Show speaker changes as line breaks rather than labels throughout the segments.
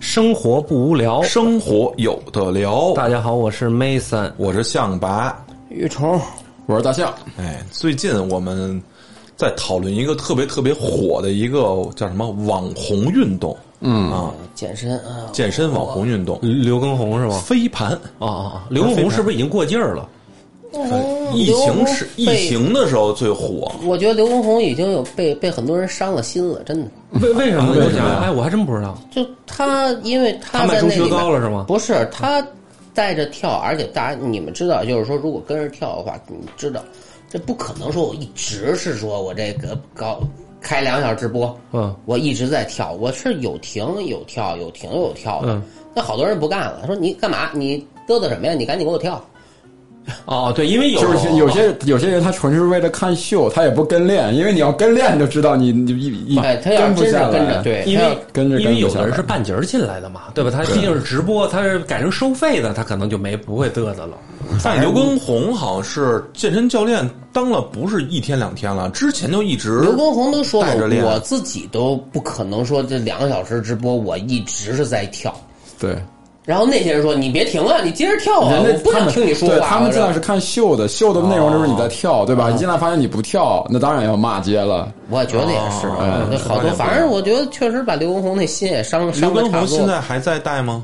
生活不无聊。
生活有的聊。
大家好，我是 Mason。
我是象拔，
玉虫，
我是大象，
哎，最近我们在讨论一个特别特别火的一个叫什么网红运动，嗯啊，
健身啊，
健身网红运动，
刘畊宏是吗？
飞盘。
哦哦，哦刘畊宏是不是已经过劲儿了？
疫情是疫
刘畊宏被，
情的时候最火，
我觉得刘畊宏已经有被被很多人伤了心了，真的。
为为什么呢？
为
我
什
想
么呀
哎，我还真不知道。
就他，因为
他
他
迈
在
出
那里
雪糕
面
了是吗
不是，他带着跳，而且大家你们知道，就是说，如果跟着跳的话，你知道，这不可能说我一直是说我这个高开两个小时直播，
嗯，
我一直在跳，我是有停有跳，有停有跳的。
嗯
那好多人不干了，说你干嘛？你嘚嘚什么呀？你赶紧给我跳！
哦，对，因为有
就是有些有些人他纯是为了看秀，他也不跟练，因为你要跟练，你就知道你你一一
哎，他要
不
真是
下
跟着，
来，
对，
因
他要
为
跟着
因
跟
为
不
有
下
的人
来
是半截儿进来的嘛，对吧？他毕竟是直播，他是改成收费的，他可能就没不会嘚瑟了。
嗯
但刘畊宏好像是健身教练，当了不是一天两天了，之前就一直
刘畊宏都说
带着
了，
练
我自己都不可能说这两个小时直播，我一直是在跳。
对，
然后那些人说：“你别停啊，你接着跳啊，我
人
不
家他
想
们
听你说
对
话。”哦
他们进来是看秀的，秀的内容就是你在跳，对吧？一进来发现你不跳，那当然要骂街了。
我觉得也是，
嗯
哦
那好多，
哦
反正我觉得确实把刘畊宏那心也伤
刘
伤的
畊
差
宏
不多
现
了。
在还在带吗？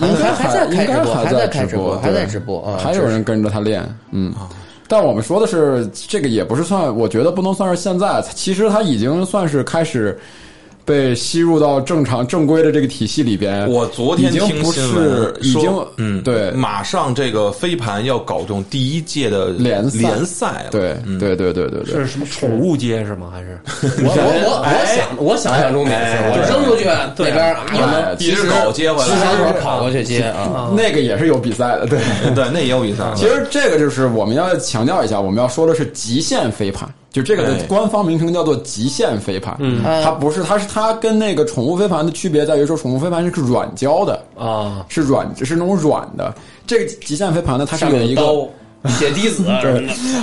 应该
还
还在开直播，
还
还
在
开直
播，
还在
对
直播啊，
还有人跟着他练，嗯。但我们说的是，这个也不是算，我觉得不能算是现在，其实他已经算是开始被吸入到正常正规的这个体系里边。
我昨天
已经
听
不
新闻
是已经
说，嗯，
对
马上这个飞盘要搞动第一届的
联赛
联赛了，
对
嗯
对对对对对，
是什么宠物街是吗？还是
我我我我
哎
想我想象中也是，我扔出去那边啊，
我们
一
其
只
实
狗接回
其实
来，
小伙跑过去接啊，
那个也是有比赛的，对。
对，那也有比赛。
其实这个就是我们要强调一下，我们要说的是极限飞盘，就这个的
哎
官方名称叫做极限飞盘。嗯，
嗯
它不是，它是它跟那个宠物飞盘的区别在于说，宠物飞盘是软胶的，
啊？
是软，是那种软的。这个极限飞盘呢，它是
上
有
面
一
有
个
刀、血滴子，啊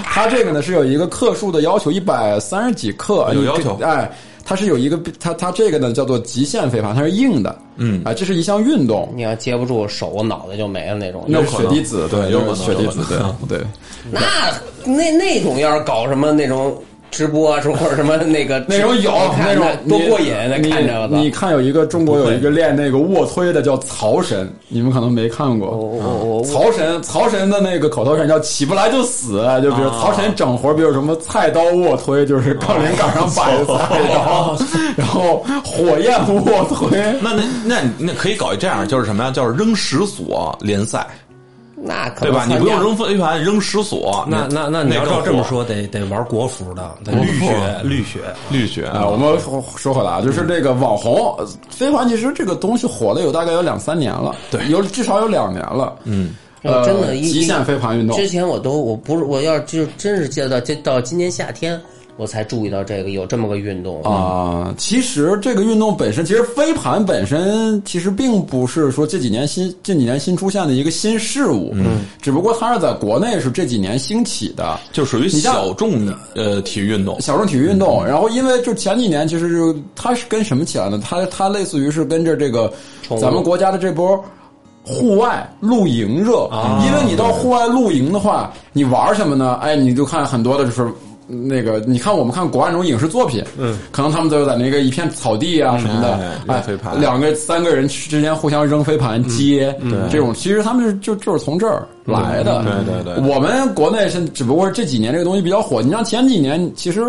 它这个呢是有一个克数的要求，一百三十几克
有要求
你这哎，它是有一个它它这个呢叫做极限飞盘，它是硬的。嗯啊，这是一项运动。
你要接不住手，脑袋就没了那种。
那
有
是
可
雪
能
滴子，对，
有可
那是
能
雪滴
有
子，
可能
对对。
那那那种要是搞什么那种直播啊，什么或者什么那个
那种有
看
那种
着多过瘾，那
你
看着
你你
吧。
看有一个中国有一个练那个卧推的叫曹神，你们可能没看过。啊
我我我
曹神，曹神的那个口头禅叫“起不来就死”，啊就比如
啊
曹神整活，比如什么菜刀卧推，就是杠铃杆上摆的菜 刀，然后火焰卧推，
那那那那可以搞一这样，就是什么呀？叫扔石锁联赛，
那可
对
能
吧？
参加
你不用扔飞盘，扔石锁。
那那那你要照
更
这么
火
说，得得玩国服的，得绿
啊
血绿血。
绿血
啊，我们说回来啊，就是这个网红呃飞盘，其实这个东西火了有大概有两三年了，对，有至少有两年了，嗯，
哦真的
呃
一
极限飞盘运动，
之前我都我不是我要就真是接到接到今年夏天我才注意到这个有这么个运动。
啊、其实这个运动本身，其实飞盘本身其实并不是说这几年新近几年新出现的一个新事物，嗯，只不过它是在国内是这几年兴起的，
就属于小众呃体育运动。
小众体育运动。
嗯
然后因为就前几年其实就它是跟什么起来呢？它它类似于是跟着这个
宠物
咱们国家的这波。户外露营热，
啊
因为你到户外露营的话，你玩什么呢？哎，你就看很多的就是。那个，你看我们看国外那种影视作品，嗯，可能他们都在那个一片草地啊什么的，
嗯
哎，
扔飞盘嗯
两个三个人之间互相扔飞盘接，这种其实他们是就就是从这儿来的，
对对对
我们国内是只不过是这几年这个东西比较火。你像前几年，其实，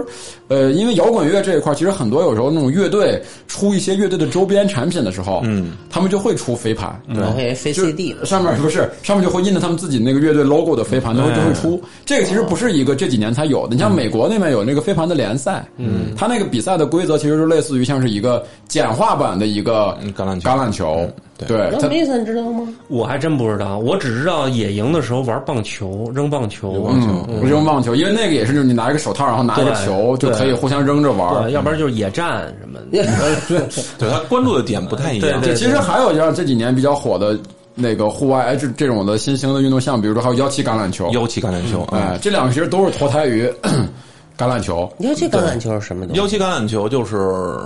呃，因为摇滚乐这一块，其实很多有时候那种乐队出一些乐队的周边产品的时候，嗯，他们就会出飞盘，
嗯
我会飞 CD 的，
上面不是上面就会印着他们自己那个乐队 logo 的飞
嗯
盘，都会就会出。这个其实不是一个这几年才有的。你像美国那边有那个飞盘的联赛，嗯，它那个比赛的规则其实就类似于像是一个简化版的一个
嗯橄榄球
橄榄球，对
那
它
Mason 知道吗？
我还真不知道，我只知道野营的时候玩棒球，扔棒球，
嗯，扔棒球，因为那个也是，就是你拿一个手套，然后拿一个球，就
对
可以互相扔着玩儿
对，。要不然就是野战什么
呃
的。
对他关注的点不太一样。
对
对，其实还有像这几年比较火的那个户外，哎，这这种的新型的运动项目，比如说还有腰旗橄榄球，
腰旗橄榄球，哎，
哎，这两个其实都是脱胎于 橄榄球。
你说这橄榄球是什么东西？
腰旗橄榄球就是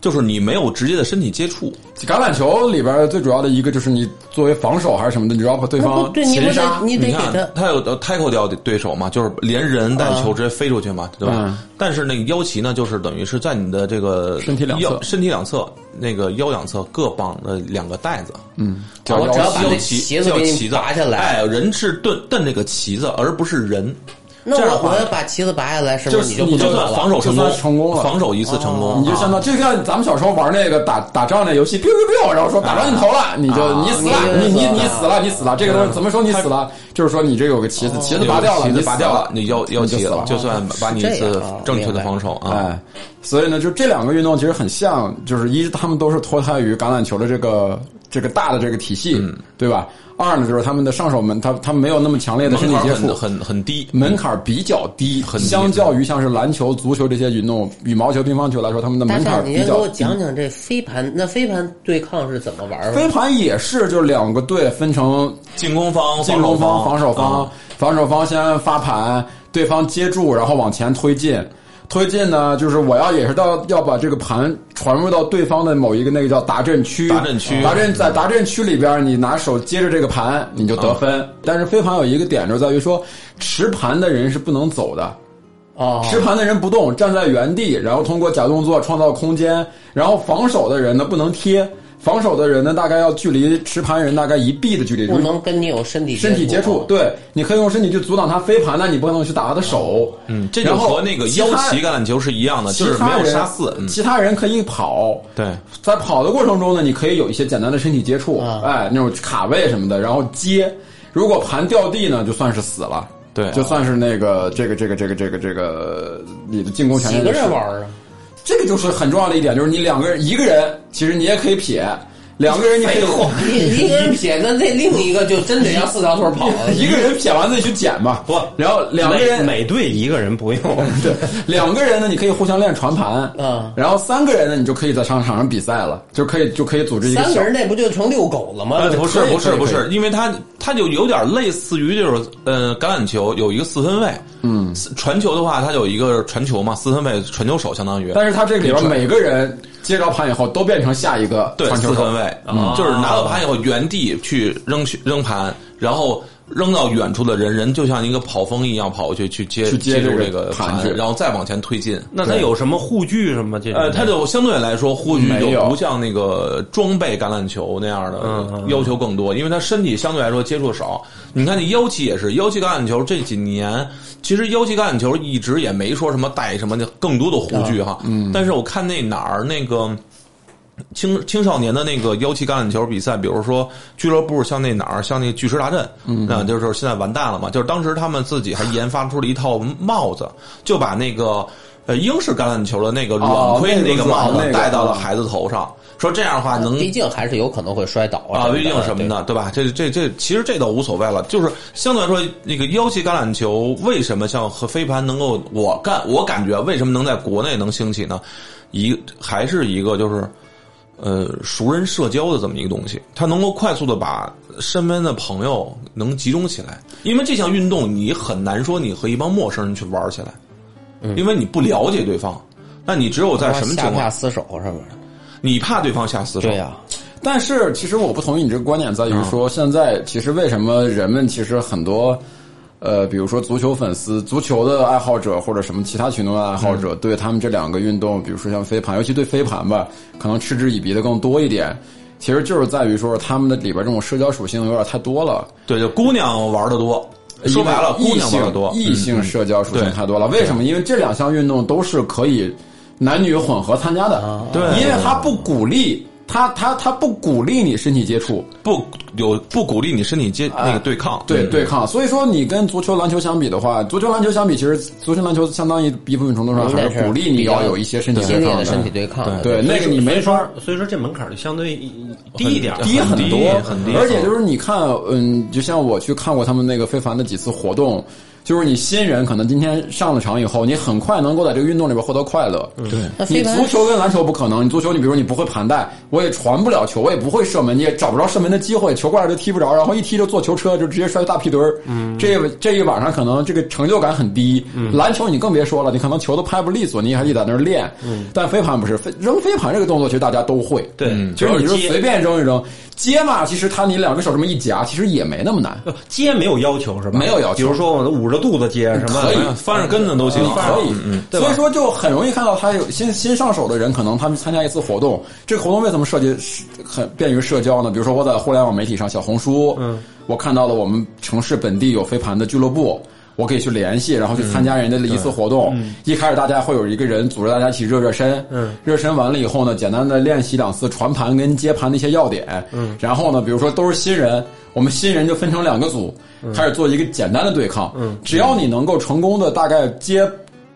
就是你没有直接的身体接触，
橄榄球里边最主要的一个就是你作为防守还是什么的，你要把对
那哦不
方
对，你不
擒
得
杀。
你得
你
给
看
他，
他有呃 tackle 掉对手嘛，就是连人带球直接飞出去嘛，对吧？
啊嗯
但是那个腰旗呢，就是等于是在你的这个
身体两侧
腰身体两侧那个腰两侧各绑了两个带子，
嗯，叫
我
腰
只要把
腰
那
旗
鞋子
叫
给
旗
你
子
拔下来，
哎，人是盾盾这个旗子，而不是人。
那
这样的
我
话
我要把旗子拔下来，是不
就是是
你就
哎你
不
就
能
就
打
算
了？
防守成功，
就算成功了哦
防守一次成功，啊
你就相当就像咱们小时候玩那个打打仗那游戏，biu biu biu，然后说打着你头了，你就你死了，啊你你你死了，你死了，这个东西怎么说你死了？就是说你这有个旗子，旗子拔掉了，
旗
你
子
死
拔掉了，你腰腰
你就
旗
死
了
了，。
就算把你一
是这
次
样啊
正确
明
的
白
防守啊。
哎，所以呢，就这两个运动其实很像，就是一，他们都是脱胎于橄榄球的这个这个大的这个体系，
嗯
对吧？二呢，就是他们的上手门，他他们没有那么强烈的身
门
体
槛很
接触，嗯
很很低，
门槛比较低，
很低
相较于像是篮球、足球这些运动，羽毛球、乒乓球来说，他们的
大
门
少，
槛
你
比
先给
较
我
低。
讲讲这飞盘，那飞盘对抗是怎么玩儿的？
飞盘也是，就是两个队分成
进攻方、
进攻
方、
方、防守
啊
方，防守方先发盘，对方接住，然后往前推进。推进呢，就是我要也是到要把这个盘传入到对方的某一个那个叫达阵区，
达阵区
达阵在达阵区里边，你拿手接着这个盘，你就得分。但是飞盘有一个点就在于说，持盘的人是不能走的，
哦，
持盘的人不动，站在原地，然后通过假动作创造空间，然后防守的人呢不能贴，防守的人呢大概要距离持盘人大概一臂的距离，
不能跟你有身体
身体接触，对，你可以用身体去阻挡他飞盘，但你不能去打他的手。
嗯，这就
然后
和那个腰旗橄榄球是一样的，
其
就
他
是没有
人
杀四。嗯，
其他人可以跑。
对，
在跑的过程中呢，你可以有一些简单的身体接触，
啊
哎，那种卡位什么的，然后接。如果盘掉地呢，就算是死了。
对
就算是那个这个这个这个这个这个你的进攻权
几
限
个
就是
人玩儿啊？
这个就是很重要的一点，就是你两个人，一个人其实你也可以撇，两个人你可以
一一个人撇，那那另一个就真得让四条腿跑 了。
一个人撇完自己去捡嘛，
不
然后两个人
每每队一个人不用，
对，两个人呢，你可以互相练传盘，
嗯
然后三个人呢，你就可以在商场上比赛了，就可以就可以组织一个
三
小
个，人那不就成遛狗了吗？
呃，不是
可以
不是
可以
不
可以
是，因为它它就有点类似于就是呃橄榄球有一个四分卫，嗯，传球的话它有一个传球嘛，四分卫传球手相当于。
但是他这里边每个人接着盘以后都变成下一个
对
传球
四
手啊
分，卫，就是拿到盘以后原地去扔去扔盘，然后扔到远处的人，人就像一个跑锋一样跑过去去接
去接
住
这个
这个
盘去
然后再往前推进。
那他有什么护具什么这种？
呃，它就相对来说，或许
嗯没
就
有嗯
不像那个装备橄榄球那样的要求更多，因为它身体相对来说接触少。你看那腰旗也是，腰旗橄榄球这几年，其实腰旗橄榄球一直也没说什么带什么的更多的护具
啊
哈。嗯，但是我看那哪儿那个。青青少年的那个腰旗橄榄球比赛，比如说俱乐部像那哪儿，像那个巨石大阵，
嗯
那就是现在完蛋了嘛。就是当时他们自己还研发出了一套帽子，就把那个呃英式橄榄球的那个软盔
哦那个
个帽
那
子
个
戴到了孩子头上，说这样的话能
毕竟还是有可能会摔倒
啊，毕竟什么
的。
的，对吧？这这这，其实这倒无所谓了。就是相对来说，那个腰旗橄榄球为什么像和飞盘能够，我干我感觉为什么能在国内能兴起呢？一还是一个就是，呃，熟人社交的这么一个东西，它能够快速的把身边的朋友能集中起来，因为这项运动你很难说你和一帮陌生人去玩起来，因为你不了解对方。那你只有在啊什么情
下
况
嗯怕？死手是不是？
你怕对方下死手？
对呀、啊
但是其实我不同意你这个观点，在
嗯
于说现在其实为什么人们其实很多。呃，比如说足球粉丝、足球的爱好者或者什么其他群众的爱好
嗯
者，对他们这两个运动，比如说像飞盘，尤其对飞盘吧，可能嗤之以鼻的更多一点。其实就是在于说他们的里边这种社交属性有点太多了。
对，就姑娘玩的多，说白了，姑
异
娘玩的
性
多，嗯
异性社交属性
对
太多了。为什么？因为这两项运动都是可以男女混合参加的。
对
因为它不鼓励他，他他不鼓励你身体接触，
不有不鼓励你身体接那个对抗，
哎对
嗯
对抗。所以说，你跟足球、篮球相比的话，足球、篮球相比，其实足球、篮球相当于一部分程度上还是鼓励你要有一些身体
激
接触
烈的
啊
身体对抗的。
对，那个你没法儿。
所以说这门槛就相对低一点，
低很
低
多，
很低
而且就是你看，嗯，就像我去看过他们那个非凡的几次活动，就是你新人可能今天上了场以后，你很快能够在这个运动里边获得快乐。
对，
那
你
飞盘
足球跟篮球不可能，你足球你比如你不会盘带，我也传不了球，我也不会射门，你也找不着射门的机会，球过来都踢不着，然后一踢就坐球车，就直接摔大屁墩儿。嗯，这一这一晚上可能这个成就感很低。篮球你更别说了，你可能球都拍不利索，你还得在那儿练。嗯，但飞盘不是，飞扔飞盘这个动作其实大家都会。
对
嗯就是你
主要
就是
接
随便扔一扔，接嘛，其实他你两个手这么一夹，其实也没那么难。
呃接没有要求是吧？
没有要
比
求嗯
如说我捂着肚子接什么，
可以
哎翻着跟头都行，
你可以，
嗯，
对吧
所以说就很容易看到他有新新上手的人，可能他们参加一次活动，这个活动为什么设计是很便于社交呢？比如说我在互联网媒体上，小红书，嗯，我看到了我们城市本地有飞盘的俱乐部。我可以去联系，然后去参加人家的一次活动。一开始大家会有一个人组织大家一起热热身，嗯，热身完了以后呢，简单的练习两次传盘跟接盘的一些要点，嗯，然后呢，比如说都是新人，我们新人就分成两个组，开始做一个简单的对抗，嗯，只要你能够成功的大概接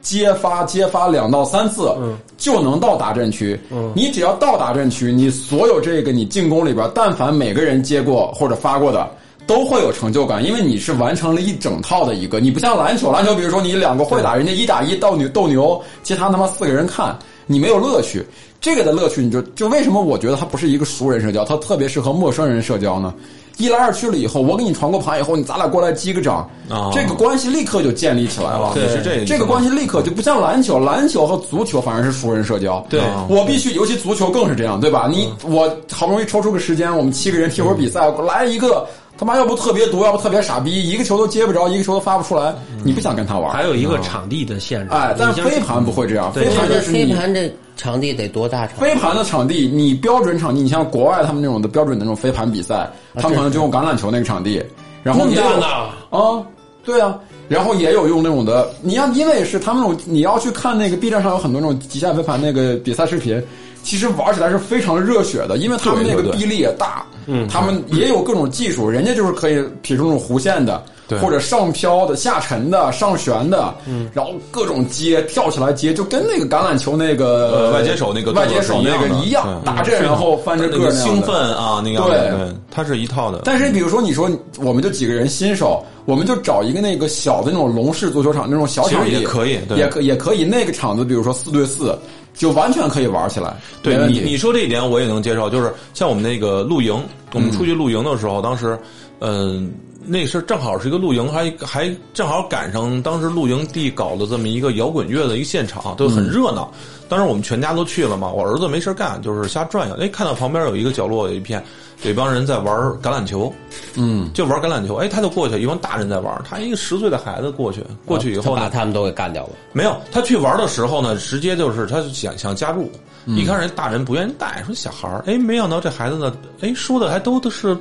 接发接发两到三次，就能到达阵区。你只要到达阵区，你所有这个你进攻里边，但凡每个人接过或者发过的。都会有成就感，因为你是完成了一整套的一个，你不像篮球，篮球比如说你两个会打，人家一打一斗牛斗牛，其他他妈四个人看，你没有乐趣。这个的乐趣，你就就为什么我觉得它不是一个熟人社交，它特别适合陌生人社交呢？一来二去了以后，我给你传过盘以后，你咱俩过来击个掌，
哦
这个关系立刻就建立起来了。
对啊是这个意思
这个关系立刻就不像篮球，篮球和足球反而是熟人社交。嗯
对嗯
我必须，尤其足球更是这样，对吧？你我好不容易抽出个时间，我们七个人踢会儿比赛，来一个他妈要不特别毒，要不特别傻逼，一个球都接不着，一个球都发不出来，你不想跟他玩
嗯还
儿。
有一个场地的限制。
嗯哎，但
你
是
像
飞盘不会这样，
对
飞盘就
这
是
飞
你。
盘这场地得多大场？
飞盘的场地，你标准场地，你像国外他们那种的标准的那种飞盘比赛，他们可能就用橄榄球那个场地，然后
啊那么
你
大
有
呢
啊，对啊，然后也有用那种的，你要因为是他们那种，你要去看那个 B 站上有很多那种极限飞盘那个比赛视频，其实玩起来是非常热血的，因为他们那
对
个
对对
臂力也大，嗯，他们也有各种技术，人家就是可以撇出那种弧线的。
对
或者上飘的、下沉的、上旋的，嗯，然后各种接、跳起来接，就跟那个橄榄球那个
呃外接手那个
外接手那
动作是一
个
样的
一样，
嗯
打阵然后翻着
那个
个那样
兴
的
奋啊，那个
对
对，它是一套的，
但是，比如说，你说我们就几个人新手，我们就找一个那个小的那种龙式足球场那种小场
其
地
实也可以对
也可也可以。那个场子，比如说四对四，就完全可以玩起来。
对
没问
你
题
你说这一点我也能接受，就是像我们那个露营，我
嗯
们出去露营的时候，当时，嗯、那是正好是一个露营，还还正好赶上当时露营地搞的这么一个摇滚乐的一个现场，都
嗯
很热闹。当时我们全家都去了嘛，我儿子没事干，就是瞎转悠，哎，看到旁边有一个角落有一片，有一帮人在玩橄榄球，嗯，就玩橄榄球，哎，他就过去，一帮大人在玩，他一个十岁的孩子过去，
哦
过去以后
他
呢
把，他们都给干掉了。
没有，他去玩的时候呢，直接就是他想想加入。一开始人大人不愿意带，说小孩儿，哎，没想到这孩子呢，哎，说的还都都是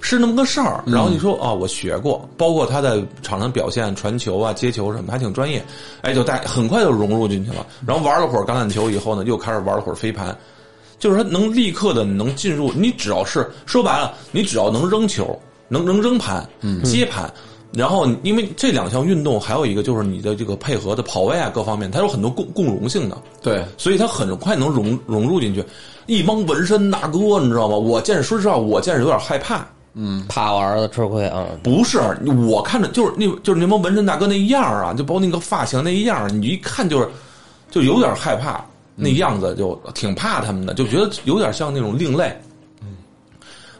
是那么个事儿。然后你说啊、我学过，包括他在场上表现、传球啊、接球什么，还挺专业。哎，就带很快就融入进去了。然后玩了会儿橄榄球以后呢，又开始玩了会儿飞盘。就是说能立刻的能进入，你只要是说白了，你只要能扔球，能能扔盘、接盘，然后因为这两项运动还有一个就是你的这个配合的跑位啊各方面，它有很多共共融性的，
对，
所以它很快能融融入进去。一帮纹身大哥，你知道吗？我见着说实话，我见着有点害怕。嗯
怕我儿子吃亏啊！
不是，我看着就是那，就是那帮纹身大哥那样儿啊，就包括那个发型那样儿，你一看就是，就有点害怕，那样子就挺怕他们的，就觉得有点像那种另类。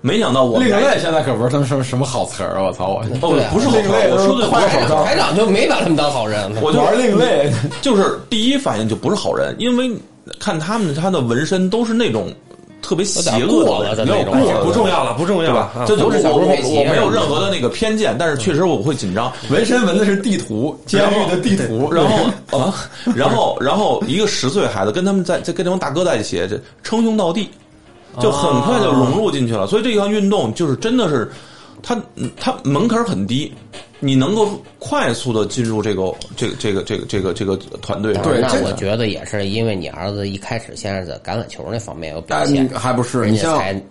没想到我
另类现在可不是他们什么什么好词儿啊，我操！我
哦
对啊，
不是好词
另类
儿，我说的
都是
不是
快
好
手
词儿
上
台长就没把他们当好人，
我就
玩 另类，
就是第一反应就不是好人，因为看他们他的纹身都是那种特别邪
有点
恶
过了的
没有
那
过
种
了的
不重要了，不重要
对
了啊
吧？。这就
不
是
是
我
小
我
猪佩奇
我没有
是吧
任何的那个偏见，但是确实我会紧张。
纹身纹的是地图，监狱的地图，
然后啊，然后然后一个十岁孩子跟他们在在跟这帮大哥在一起，这称兄道弟，就很快就融入进去了。所以这项运动就是真的是，它它门槛很低，你能够快速的进入这个这个这个这个这个这个团队。
对
那
这
我
个
觉得也是因为你儿子一开始先是在橄榄球那方面有表
哎，
现
你，还不是
人
你
家
像
才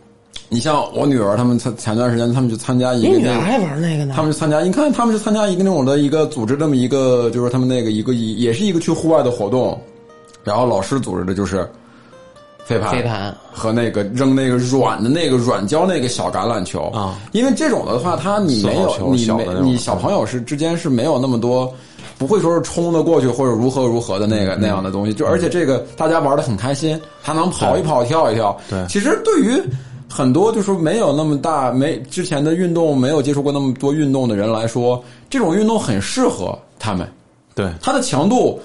你像我女儿他们前前段时间他们去参加一个那个
玩那个呢
他们去参加，你看他们去参加一个那种的一个组织，这么一个就是他们那个一个也是一个去户外的活动，然后老师组织的就是飞盘、
飞盘
和那个扔那个软的那个软胶那个小橄榄球
啊，
因为这种的话，它你没
四号球
有你
小的
没
那种
你小朋友是之间是没有那么多。不会说是冲得过去或者如何如何的那个
嗯
那样的东西，就而且这个大家玩的很开心，还能跑一跑跳一跳。
嗯对
其实对于很多就是没有那么大没之前的运动没有接触过那么多运动的人来说，这种运动很适合他们，
对
它的强度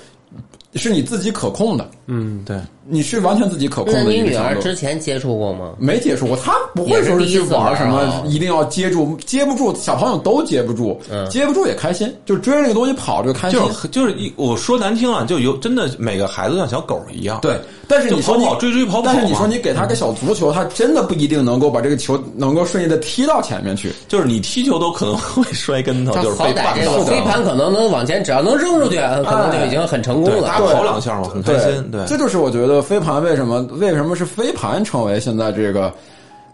是你自己可控的，
嗯对，
你是完全自己可控
那
的
你
一个
女
强
儿
度。
之前接触过吗？
没接触过，他不会说去玩什
也是第一次玩
么
啊，
一定要接住，接不住，小朋友都接不住，
嗯
接不住也开心，就追着这个东西跑就开心。
就是就是一我说难听啊，就有真的每个孩子像小狗一样，
对，但是
就
你说
跑
你
跑追追跑跑
但是你
嘛
说你给他个小足球，他真的不一定能够把这个球能够顺利的踢到前面去。
就是你踢球都可能会摔跟头，
她
就是
好
被
歹
绊
这
倒
个飞盘
了。
可能能往前，只要能扔出去，可能就已经很成功
对，
了
大。家跑两下嘛，很开心。对，
这就是我觉得飞盘为什么为什么是飞盘成为现在这个。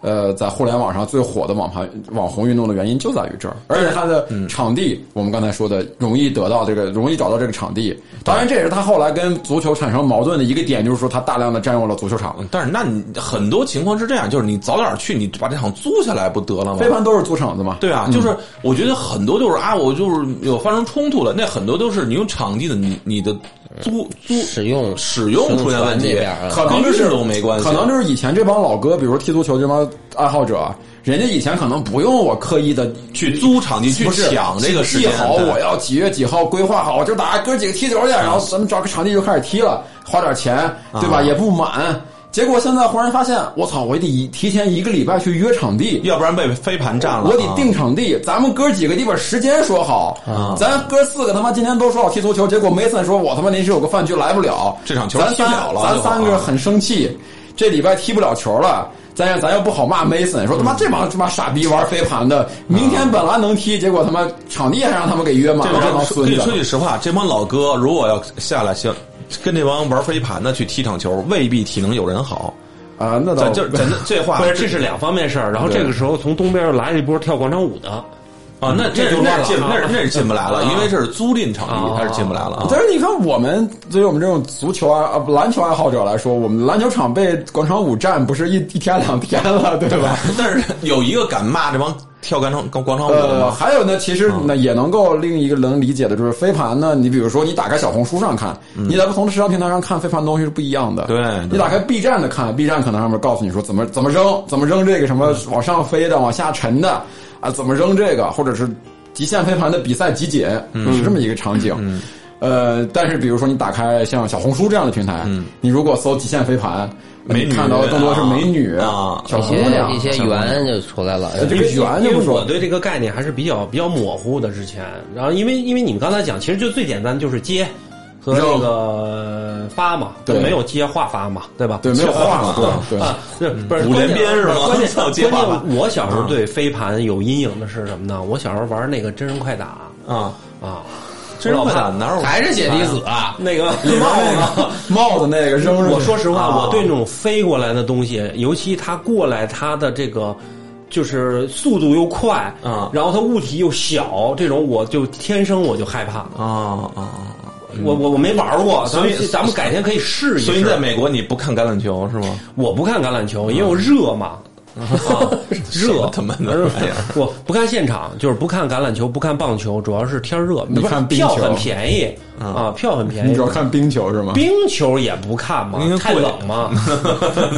呃，在互联网上最火的网盘网红运动的原因就在于这儿，而且它的场地，我们刚才说的容易得到这个，容易找到这个场地。当然，这也是他后来跟足球产生矛盾的一个点，就是说他大量的占用了足球场。
但是那你很多情况是这样，就是你早点去，你把这场租下来不得了吗？
飞盘都是租场子嘛？
对啊，就是我觉得很多就是啊，我就是有发生冲突了，那很多都是你用场地的你你的租租
使用
使用出现问
使
题
用权那边啊，
可能
跟
就是
运动没关系，啊
可能就是以前这帮老哥，比如踢足球这帮爱好者啊，人家以前可能不用我刻意的
去租场地去
不是
抢这个时
记
间。
好，
对
我要几月几号规划好，就大家哥几个踢球去，
嗯
然后咱们找个场地就开始踢了，花点钱，对
啊
吧？也不满。结果现在忽然发现，我操，我得提前一个礼拜去约场地，
要不然被飞盘占了啊。
我得定场地，咱们哥几个得把时间说好。
啊
咱哥四个他妈今天都说好踢足球，结果梅森说我他妈临时有个饭局来不了，
这场球
咱
踢不
三
了了
咱
就
三
好
个
啊
很生气，这礼拜踢不了球了。咱也咱又不好骂梅森，说
嗯
他妈这帮他妈傻逼玩飞盘的，明天本来能踢，结果他妈场地还让他们给约满
啊这
了，这帮
帮可
孙
以
子
说。句实话，这帮老哥如果要下来想跟这帮玩飞盘的去踢场球，未必体能有人好。
啊，那倒
咱这咱这这话
不是，这是两方面事儿。然后这个时候从东边又来了一波跳广场舞的，
啊，那
这
那
就乱
那
了
进
啊
那那是进不来了，
啊
因为这是租赁场
啊
地，他是进不来了啊。
但是你看，我们对于我们这种足球啊、啊不篮球爱好者来说，我们篮球场被广场舞占，不是一一天两天了，对吧？
但是有一个敢骂这帮跳广场广场舞的
呃，
吗？嗯
还有呢，其实呢也能够另一个能理解的就是飞盘呢，你比如说你打开小红书上看，你在不同的社交平台上看飞盘的东西是不一样的。
嗯对对
你打开 B 站的看，B 站可能上面告诉你说怎么怎么扔，怎么扔这个什么往上飞的、往下沉的啊，怎么扔这个，或者是极限飞盘的比赛集锦，
嗯
是这么一个场景。呃，但是比如说你打开像小红书这样的平台，你如果搜极限飞盘，
嗯美女
你看到的更多是美女
啊
小
一
姑
些
娘
一些
小姑娘
圆就出来了。
这个
因为
圆
因
就不
为
说
我对这个概念还是比较比较模糊的。之前，然后因为因为你们刚才讲，其实就最简单就是接和那个发嘛，
对
没有接话发嘛，对吧？
对，没有话
嘛
嘛，对对。
啊，对，不是
嗯五连鞭是吗
关键
操
关
接
键，
话吧
关键我小时候对飞盘有阴影的是什么呢？我小时候玩那个真人快打
啊，
啊，
真人快打哪有？
还是姐弟子啊？
那个
里 面
帽子。啊
那个帽子那个扔出去
我说实
啊
话，我对那种飞过来的东西，尤其它过来，它的这个就是速度又快
啊
然后它物体又小，这种我就天生我就害怕。
啊啊啊！
我我我没玩过，咱
所以
们咱们改天可以试一试。
所以你在美国你不看橄榄球是吗？
我不看橄榄球，因为我热嘛。 啊
什
热
么他妈的玩意儿
不不看现场，就是不看橄榄球，不看棒球，主要是天热。
你看冰
票
球
很便宜啊，票很便
你
宜
主要。看冰球是吗？
冰球也不看嘛
因为，
太
贵
冷 嘛。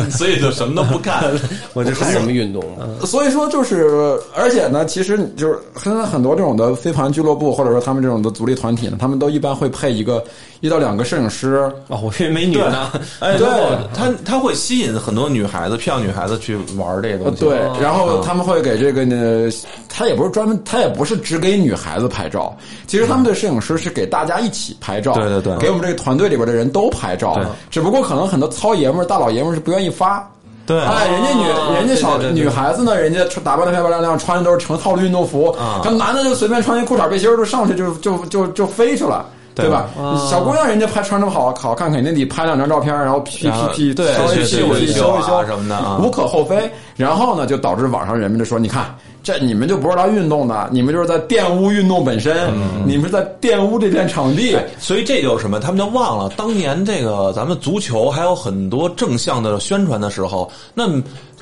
所以就什么都不看。
我就
看什么运动？啊
所以说就是，而且呢，其实你就是现在很多这种的飞盘俱乐部，或者说他们这种的足力团体呢，他们都一般会配一个一到两个摄影师。
啊，我以为美女呢。
哎，
对
他他会吸引很多女孩子、漂亮女孩子去玩这个
呃
东西。
对，然后他们会给这个呢，他也不是专门，他也不是只给女孩子拍照，其实他们的摄影师是给大家一起拍照，
对对对
给我们这个团队里边的人都拍照
对，
只不过可能很多糙爷们儿、大老爷们儿是不愿意发，
对，
哎，人家女人家小
对对对对
女孩子呢，人家穿打扮的漂漂亮亮，穿的都是成套的运动服
啊。
他男的就随便穿一裤衩背心儿就上去就就就就飞去了。
对
吧？小姑娘人家拍穿这么好好看，肯定得拍两张照片，然后 P
然后
P P
对
稍微
对
修
对对
一修一
修
修
啊什么的啊
无可厚非。然后呢，就导致网上人们就说：“你看，这你们就不是来运动的，你们就是在玷污运动本身，你们是在玷污这片场地。
所以这就是什么？他们就忘了当年这个咱们足球还有很多正向的宣传的时候，那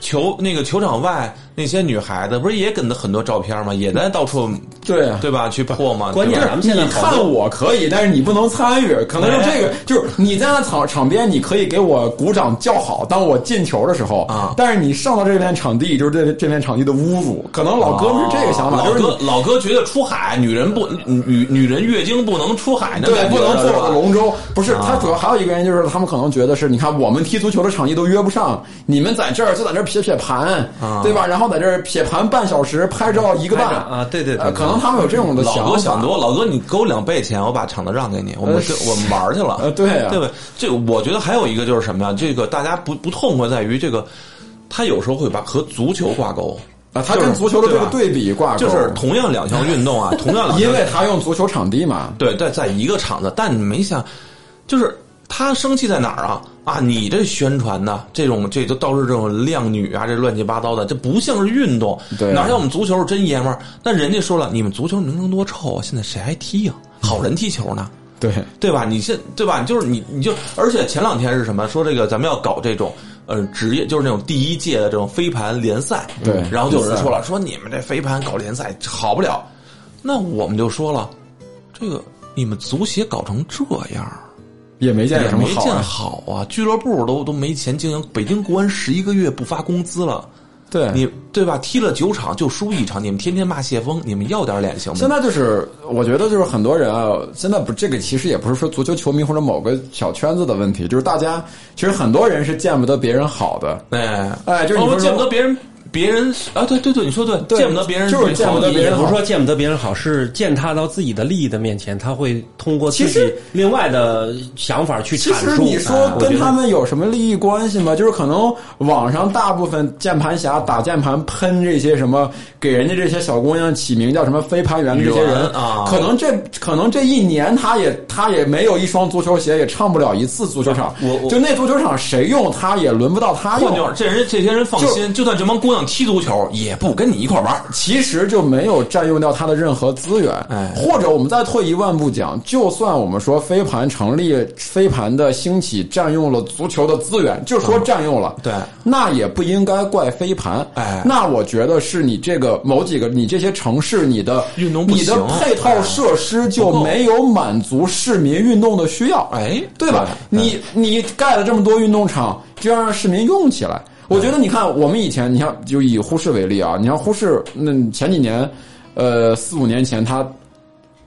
球那个球场外那些女孩子不是也跟着很多照片吗？也在到处
对啊
对吧？去破吗？
关键
对吧
咱们现在
你
好
看
多
我可以，但是你不能参与。可能是这个
哎，
就是你在那场场边，你可以给我鼓掌叫好，当我进球的时候
啊
但是你上到这片场地，就是对这片场地的侮辱。可能老哥们是这个想法，
哦老
就是你
哥老哥觉得出海女人不女女人月经不能出海，那
对，
感觉
不能
是
做
吧啊
我的龙舟。不是，他主要还有一个原因就是，他们可能觉得是，你看我们踢足球的场地都约不上，你们在这儿就在这儿撇撇盘，
啊
对吧？然后在这儿撇盘半小时，拍照一个半
拍照啊对对对
呃可能他们有这种的
老
想
哥
法。
想多，老哥你给我两倍钱，我把场子让给你，我们跟我们玩去了。
呃对啊
对吧？这我觉得还有一个就是什么呀？这个大家不不痛快在于这个，他有时候会把和足球挂钩
啊，他跟足球的这个
对
对比挂
吧，
钩，
就是同样两项运 动啊，同样两项
因为他用足球场地嘛。
对在在一个场子，但你没想，就是他生气在哪儿啊？啊，你这宣传的这种这都倒是这种靓女啊，这乱七八糟的，这不像是运动，
对啊
哪像我们足球是真爷们儿？那人家说了，你们足球能能多臭啊？现在谁还踢 呀、好人踢球呢？
对，
对吧？你现对吧？就是你，你就而且前两天是什么？说这个咱们要搞这种呃职业，就是那种第一届的这种飞盘联赛。
嗯对
然后就有人说了，说你们这飞盘搞联赛好不了。那我们就说了，这个你们足协搞成这样，
也没见有
也
什么
没
好
见
啊。
好啊！俱乐部都都没钱经营，北京国安十一个月不发工资了，
对，
你对吧？踢了九场就输一场，你们天天骂谢峰，你们要点脸行吗？
现在就是，我觉得就是很多人啊，现在不，这个其实也不是说足球球迷或者某个小圈子的问题，就是大家其实很多人是见不得别人好的，
哎
哎就是你
我
说
们见不
说
得别人，别人啊，对对对，你说对，
对
见不得别人，
就是见不得别
也
人
不是
好
说见不得别人好，是践踏到自己的利益的面前，他会通过自
其实
己另外的想法去
其
阐
实
述。
你说
哎我觉
跟
得
他们有什么利益关系吗？就是可能网上大部分键盘侠打键盘喷这些什么，给人家这些小姑娘起名叫什么飞盘员的这些人
语文啊
可能这可能这一年他也他也没有一双足球鞋，也上不了一次足球场。
我我
就那足球场谁用他也轮不到他
换句
用
话，，这人这些人放心，就算这帮姑娘踢足球，也不跟你一块玩儿。
其实就没有占用掉他的任何资源。
哎
或者我们再退一万步讲，就算我们说飞盘成立，飞盘的兴起占用了足球的资源，就说占用了，
嗯对
那也不应该怪飞盘。
哎
那我觉得是你这个某几个你这些城市你的
运动不
你的
行哎
配套设施就
不够
没有满足市民运动的需要。
哎
对吧？
对
你你盖了这么多运动场，就要让市民用起来。我觉得你看，我们以前，你看就以呼市为例啊，你像呼市，那前几年，呃，四五年前，他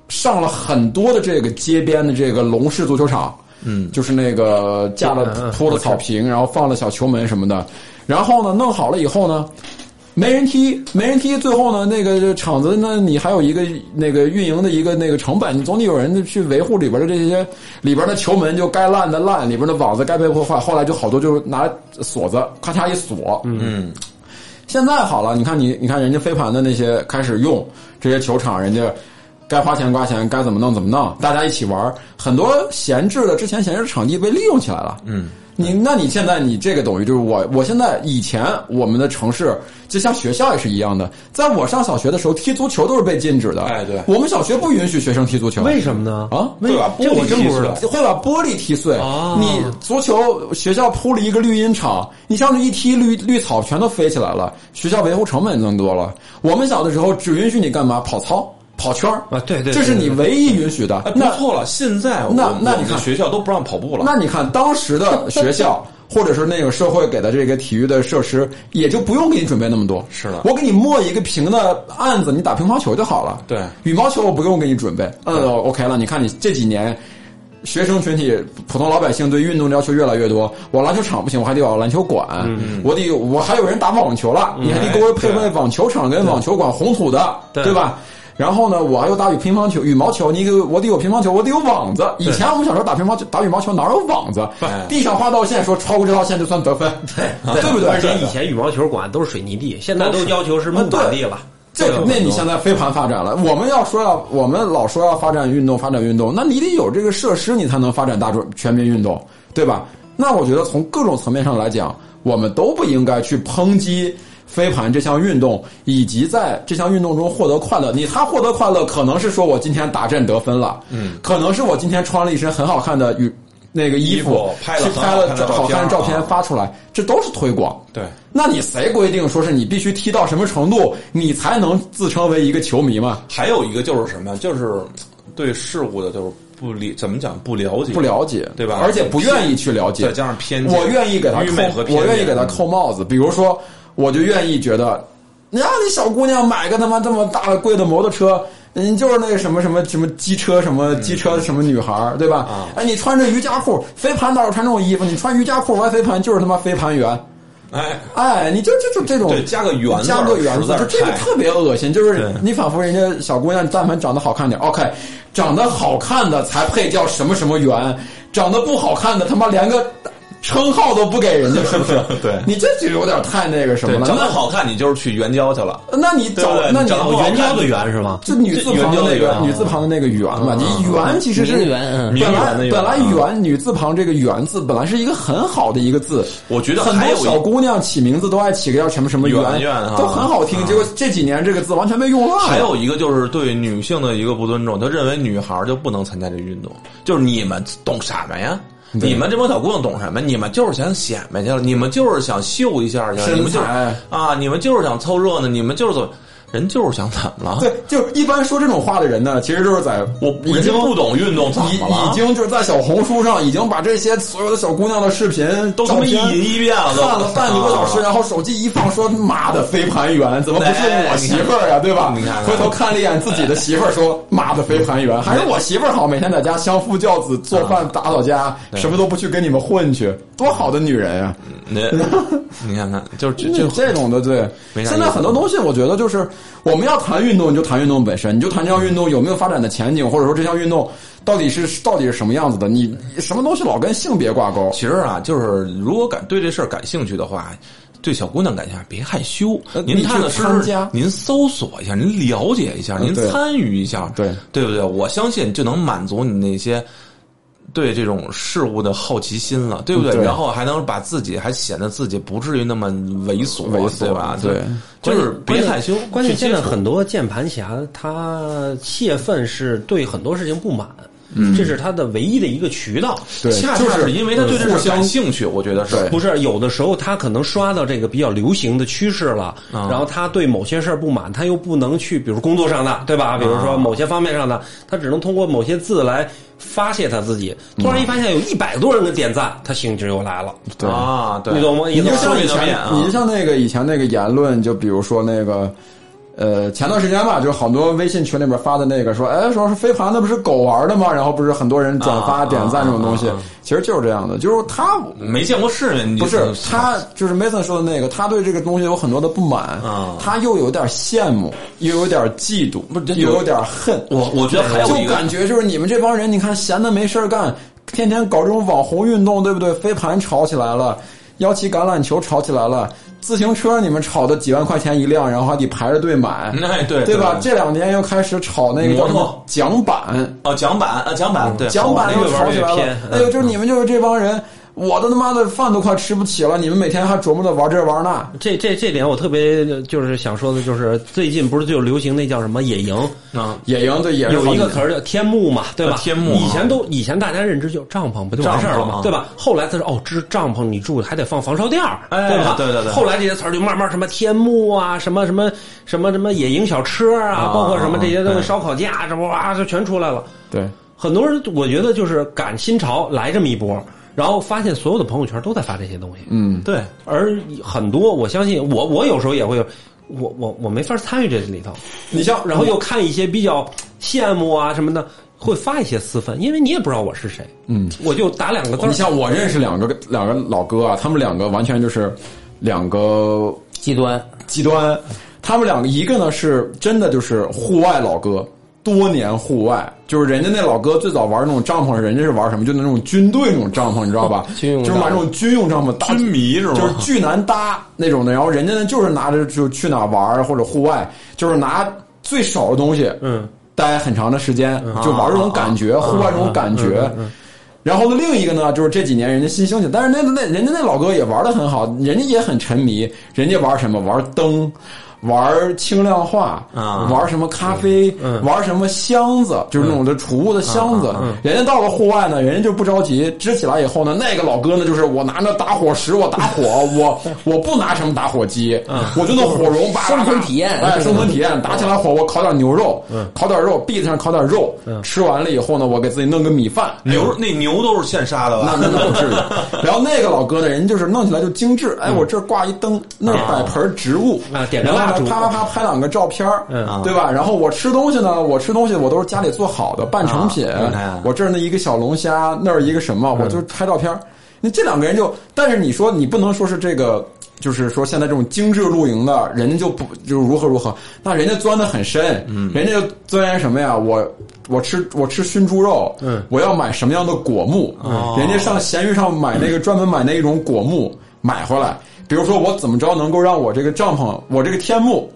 上了很多的这个街边的这个龙式足球场，嗯，就是那个架
嗯
了
嗯
铺了草坪，然后放了小球门什么的，然后呢，弄好了以后呢。没人踢，没人踢，最后呢，那个场子呢，你还有一个那个运营的一个那个成本，你总得有人去维护里边的这些，里边的球门就该烂的烂，里边的网子该被破坏。后来就好多就是拿锁子咔嚓一锁，
嗯，
现在好了，你看你，你看人家飞盘的那些开始用这些球场，人家该花钱花钱，该怎么弄怎么弄，大家一起玩儿，很多闲置的之前闲置的场地被利用起来了。嗯，你那你现在你这个等于就是我，我现在以前我们的城市就像学校也是一样的，在我上小学的时候踢足球都是被禁止的。
哎对
我们小学不允许学生踢足球。
为什么呢？
啊
为
对吧
这我真不知道
不。
会把玻璃踢碎。
哦
你足球学校铺了一个绿茵场，你上去一踢绿绿草全都飞起来了，学校维护成本增多了。我们小的时候只允许你干嘛？跑操、跑圈儿
啊对对啊
这是你唯一允许的
哎，。不
那
错了，现在我
那
我
那你
我们的
看
学校都不让跑步了。
那你看当 时的学校。或者是那个社会给的这个体育的设施，也就不用给你准备那么多。
是的
我给你磨一个平的案子，你打乒乓球就好了。
对
羽毛球我不用给你准备。嗯，OK 了。你看你这几年，学生群体、普通老百姓对运动的要求越来越多。我篮球场不行，我还得有篮球馆，我得有我还有人打网球了，你还得给我配备
嗯对
网球场跟网球馆，红土的，
对
对吧？然后呢，我还有打羽乒乓球、羽毛球，你给我我得有乒乓球，我得有网子。以前我们小时候打乒乓球、打羽毛球哪有网子
对？
地上画道线，说超过这道线就
啊
算得分，对对不对？
而且以前羽毛球馆都是水泥地，现在都要求是木板地了。
这那你现在飞盘发展了，我们要说要我们老说要发展运动，发展运动，那你得有这个设施，你才能发展大众全民运动，对吧？那我觉得从各种层面上来讲，我们都不应该去抨击飞盘这项运动，以及在这项运动中获得快乐。你他获得快乐，可能是说我今天打阵得分了，嗯，可能是我今天穿了一身很好看的羽那个衣
衣服拍了
去拍了
很好
好
看
看
的
的
照
照
片啊
片发出来，这都是推广。
对，
那你谁规定说是你必须踢到什么程度，你才能自称为一个球迷嘛？
还有一个就是什么，就是对事物的就是不理，怎么讲不了解，
不了解，
对吧
而且不愿意去了解，
再加上偏见，
我愿意给他
愚昧和
扣，
偏
我
见
愿意给他扣帽子。比如说，我就愿意觉得，你啊，你小姑娘买个他妈这么大的贵的摩托车，你就是那个什么什么什么机车什么机车什么女孩儿，对吧？哎，你穿着瑜伽裤，飞盘哪有穿这种衣服？你穿瑜伽裤玩飞盘就是他妈飞盘员。
哎，
哎，你就就就这种，
对加个圆字儿
加个圆
实
字
在
儿，
是
就这个
太
特别恶心。就是你仿佛人家小姑娘，但凡长得好看点，OK，长哦得好看的才配叫什么什么圆，长得不好看的他妈连个称号都不给人家，是不是
？对
你这就有点太那个什么
对，
了。
长得好看你就是去援交去了，
那那你
对
找
不对
那
你
你
长得不好
哦，
看
援交的援是吗？
这女字旁
这圆
的那
角的圆
个
啊
女字旁的那个圆嘛，你圆其实
名
是
媛嗯
名
本
媛
来
的圆
本来
啊
圆女字旁这个圆字本来是一个很好的一个字，
我觉得
很
还有
多
一
小姑娘起名字都爱起个叫什么什么
圆圆啊
都很好听。结果这几年这个字完全被用烂了。
还有一个就是对女性的一个不尊重，他认为女孩儿就不能参加这运动，就是你们懂什么呀？你们这帮小姑娘懂什么？你们就是想显摆去了，你们就是想秀一下去了，
身材
你们就是啊，你们就是想凑热闹，你们就是怎么，人就是想怎么了？
对，就是一般说这种话的人呢，其实就是在
我
已
人家
经
不懂运动怎
已
么了？
已经就是在小红书上已经把这些所有的小姑娘的视频
都他妈一
照片
引一遍了，都
看了半个多小时，
啊哎
然后手机一放，说妈的飞盘员怎么不是我媳妇儿呀，对吧
你看看？
回头看了一眼自己的媳妇儿，说妈的飞盘员还是我媳妇儿好，每天在家相夫教子，做饭
啊
打扫家，什么都不去跟你们混去，多好的女人呀！
你 你看看，嗯就是这
就
这
这种的，对。
没啥
现在很多东西，我觉得就是我们要谈运动，你就谈运动本身，你就谈这项运动有没有发展的前景，或者说这项运动到底是到底是什么样子的。你你什么东西老跟性别挂钩？
其实啊，就是如果感对这事儿感兴趣的话，对小姑娘感兴趣，别害羞。
呃
您
你去
踏踏实
参
实
加，
您搜索一下，您了解一下，您
对
参与一下，
对
对不对？我相信就能满足你那些。对这种事物的好奇心了，对不对？
嗯对
然后还能把自己还显得自己不至于那么猥琐，
猥琐
对吧？
对，
就是别害羞。
关键
去接
现在
触
很多键盘侠，他泄愤是对很多事情不满，这是他的唯一的一个渠道。
对，
恰
就
恰是因为他对这
互
事儿感
相
兴趣，我觉得是
对
不是有的时候他可能刷到这个比较流行的趋势了，然后他对某些事儿不满，他又不能去，比如工作上的，对吧？比如说某些方面上的，他只能通过某些字来发泄他自己。突然一发现有一百多人的点赞，他兴致又来了，
对
啊，对，
你懂吗？
你就
说
像以
说一遍
前
啊，
你就像那个以前那个言论，就比如说那个，呃，前段时间吧，就好多微信群里边发的那个说，哎，说是飞盘那不是狗玩的吗？然后不是很多人转
啊
发、点赞这种东西，其实就是这样的，就是他
没见过世面，你就
不是他，就是 Mason 说的那个，他对这个东西有很多的不满，
啊
他又有点羡慕，又有点嫉妒，
不是这
又有点恨。
我哎我觉得还有一
就
个
感觉就是你们这帮人，你看闲的没事儿干，天天搞这种网红运动，对不对？飞盘炒起来了，腰旗橄榄球炒起来了，自行车你们炒的几万块钱一辆，然后还得排着队买，
哎对
对吧？
对
这两年又开始炒那个叫什
摩
么
托
桨板，
哦，桨板啊，桨板对，
桨板
那
又
个玩
炒
儿
起
越
来了
偏，，
哎呦，就是你们就是这帮人，我的他妈的饭都快吃不起了，你们每天还琢磨着玩这玩那，
这这这点我特别就是想说的，就是最近不是就流行那叫什么野营，
啊，
野营对野营
有一个词
坑，
儿叫天幕嘛，对吧
啊？天幕啊
以前都以前大家认知就帐篷不就完事儿了
帐篷
嘛
啊，
对吧？后来他说哦，支帐篷你住还得放防潮垫儿，
哎
对吧？
对对对
后来这些词儿就慢慢什么天幕啊，什么什么什么什么野营小吃啊，
啊
包括什么这些东
对
西，烧烤架啊什么哇，就全出来了。
对。
很多人我觉得就是赶新潮来这么一波，然后发现所有的朋友圈都在发这些东西，嗯，
对，
而很多我相信我我有时候也会有。我我我没法参与这里头，
你像，
然后又看一些比较羡慕啊什么的，会发一些私愤，因为你也不知道我是谁，嗯，我就打两个字
你
儿，
像我认识两个两个老哥啊，他们两个完全就是两个
极端，
极端。他们两个，一个呢是真的就是户外老哥，多年户外，就是人家那老哥最早玩那种帐篷，人家是玩什么？就那种军队那种帐篷，你知道吧？
军用
就是买那种军用帐篷，搭
军迷是吗？
就是巨难搭那种的。然后人家呢，就是拿着就去哪玩儿或者户外，就是拿最少的东西，
嗯，
待很长的时间，就玩这种感觉，户外这种感觉。然后呢，另一个呢，就是这几年人家新兴起，但是那那人家那老哥也玩的很好，人家也很沉迷，人家玩什么？玩灯。玩轻量化
啊
玩什么咖啡，玩什么箱子，就是那种的储物的箱子。人家到了户外呢，人家就不着急，支起来以后呢，那个老哥呢，就是我拿着打火石，我打火， 我我不拿什么打火机，我就那火绒吧，
生存体验
哎，生存体验，打起来火，我烤点牛肉，烤点肉，篦子上烤点肉，吃完了以后呢，我给自己弄个米饭，
牛那牛都是现杀的
那
吧？
那那不至 于。然后那个老哥呢，人就是弄起来就精致，哎，我这儿挂一灯，那儿摆盆植物
嗯啊点着蜡
然后
烛
呢啪啪啪拍两个照片儿
啊
嗯
对吧？然后我吃东西呢，我吃东西我都是家里做好的半成品
啊你嗯看，
我这儿那一个小龙虾，那儿一个什么，我就拍照片儿。那这两个人就，但是你说你不能说是这个。就是说，现在这种精致露营的人家就不就如何如何，那人家钻的很深，嗯，人家就钻研什么呀？我我吃我吃熏猪肉，
嗯
我要买什么样的果木？
哦
人家上闲鱼上买那个专门买那种果木买回来，比如说我怎么着能够让我这个帐篷，我这个天幕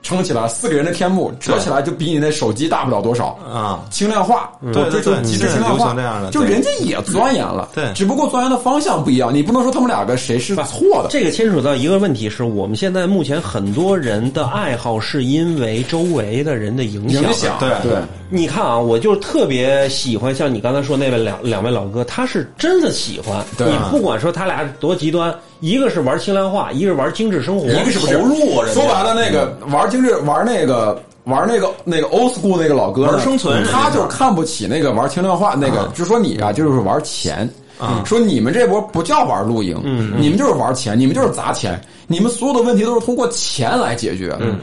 撑起来，四个人的天幕折起来就比你那手机大不了多少。
啊，
轻量化，
对
我追求
对对
极致
现在
轻量
流
化
行这样的，
就
对
人家也钻研了，
对
只不过钻研的方向不一样，你不能说他们两个谁是错的，
这个牵扯到一个问题，是我们现在目前很多人的爱好是因为周围的人的影响。
影响
对
对，
你看啊，我就是特别喜欢像你刚才说那位两两位老哥，他是真的喜欢。
对啊
你不管说他俩多极端，一个是玩轻量化，一个是玩精致生活，
一个是不是
投入啊人家
说白了，那个玩精致玩那个。玩那个那个 old school 那个老哥呢，
玩生存
他就是看不起那个玩轻量化那个，就说你啊，就是玩钱。
嗯
说你们这波不叫玩露营，你们就是玩钱，你们就是砸钱，你们所有的问题都是通过钱来解决。
嗯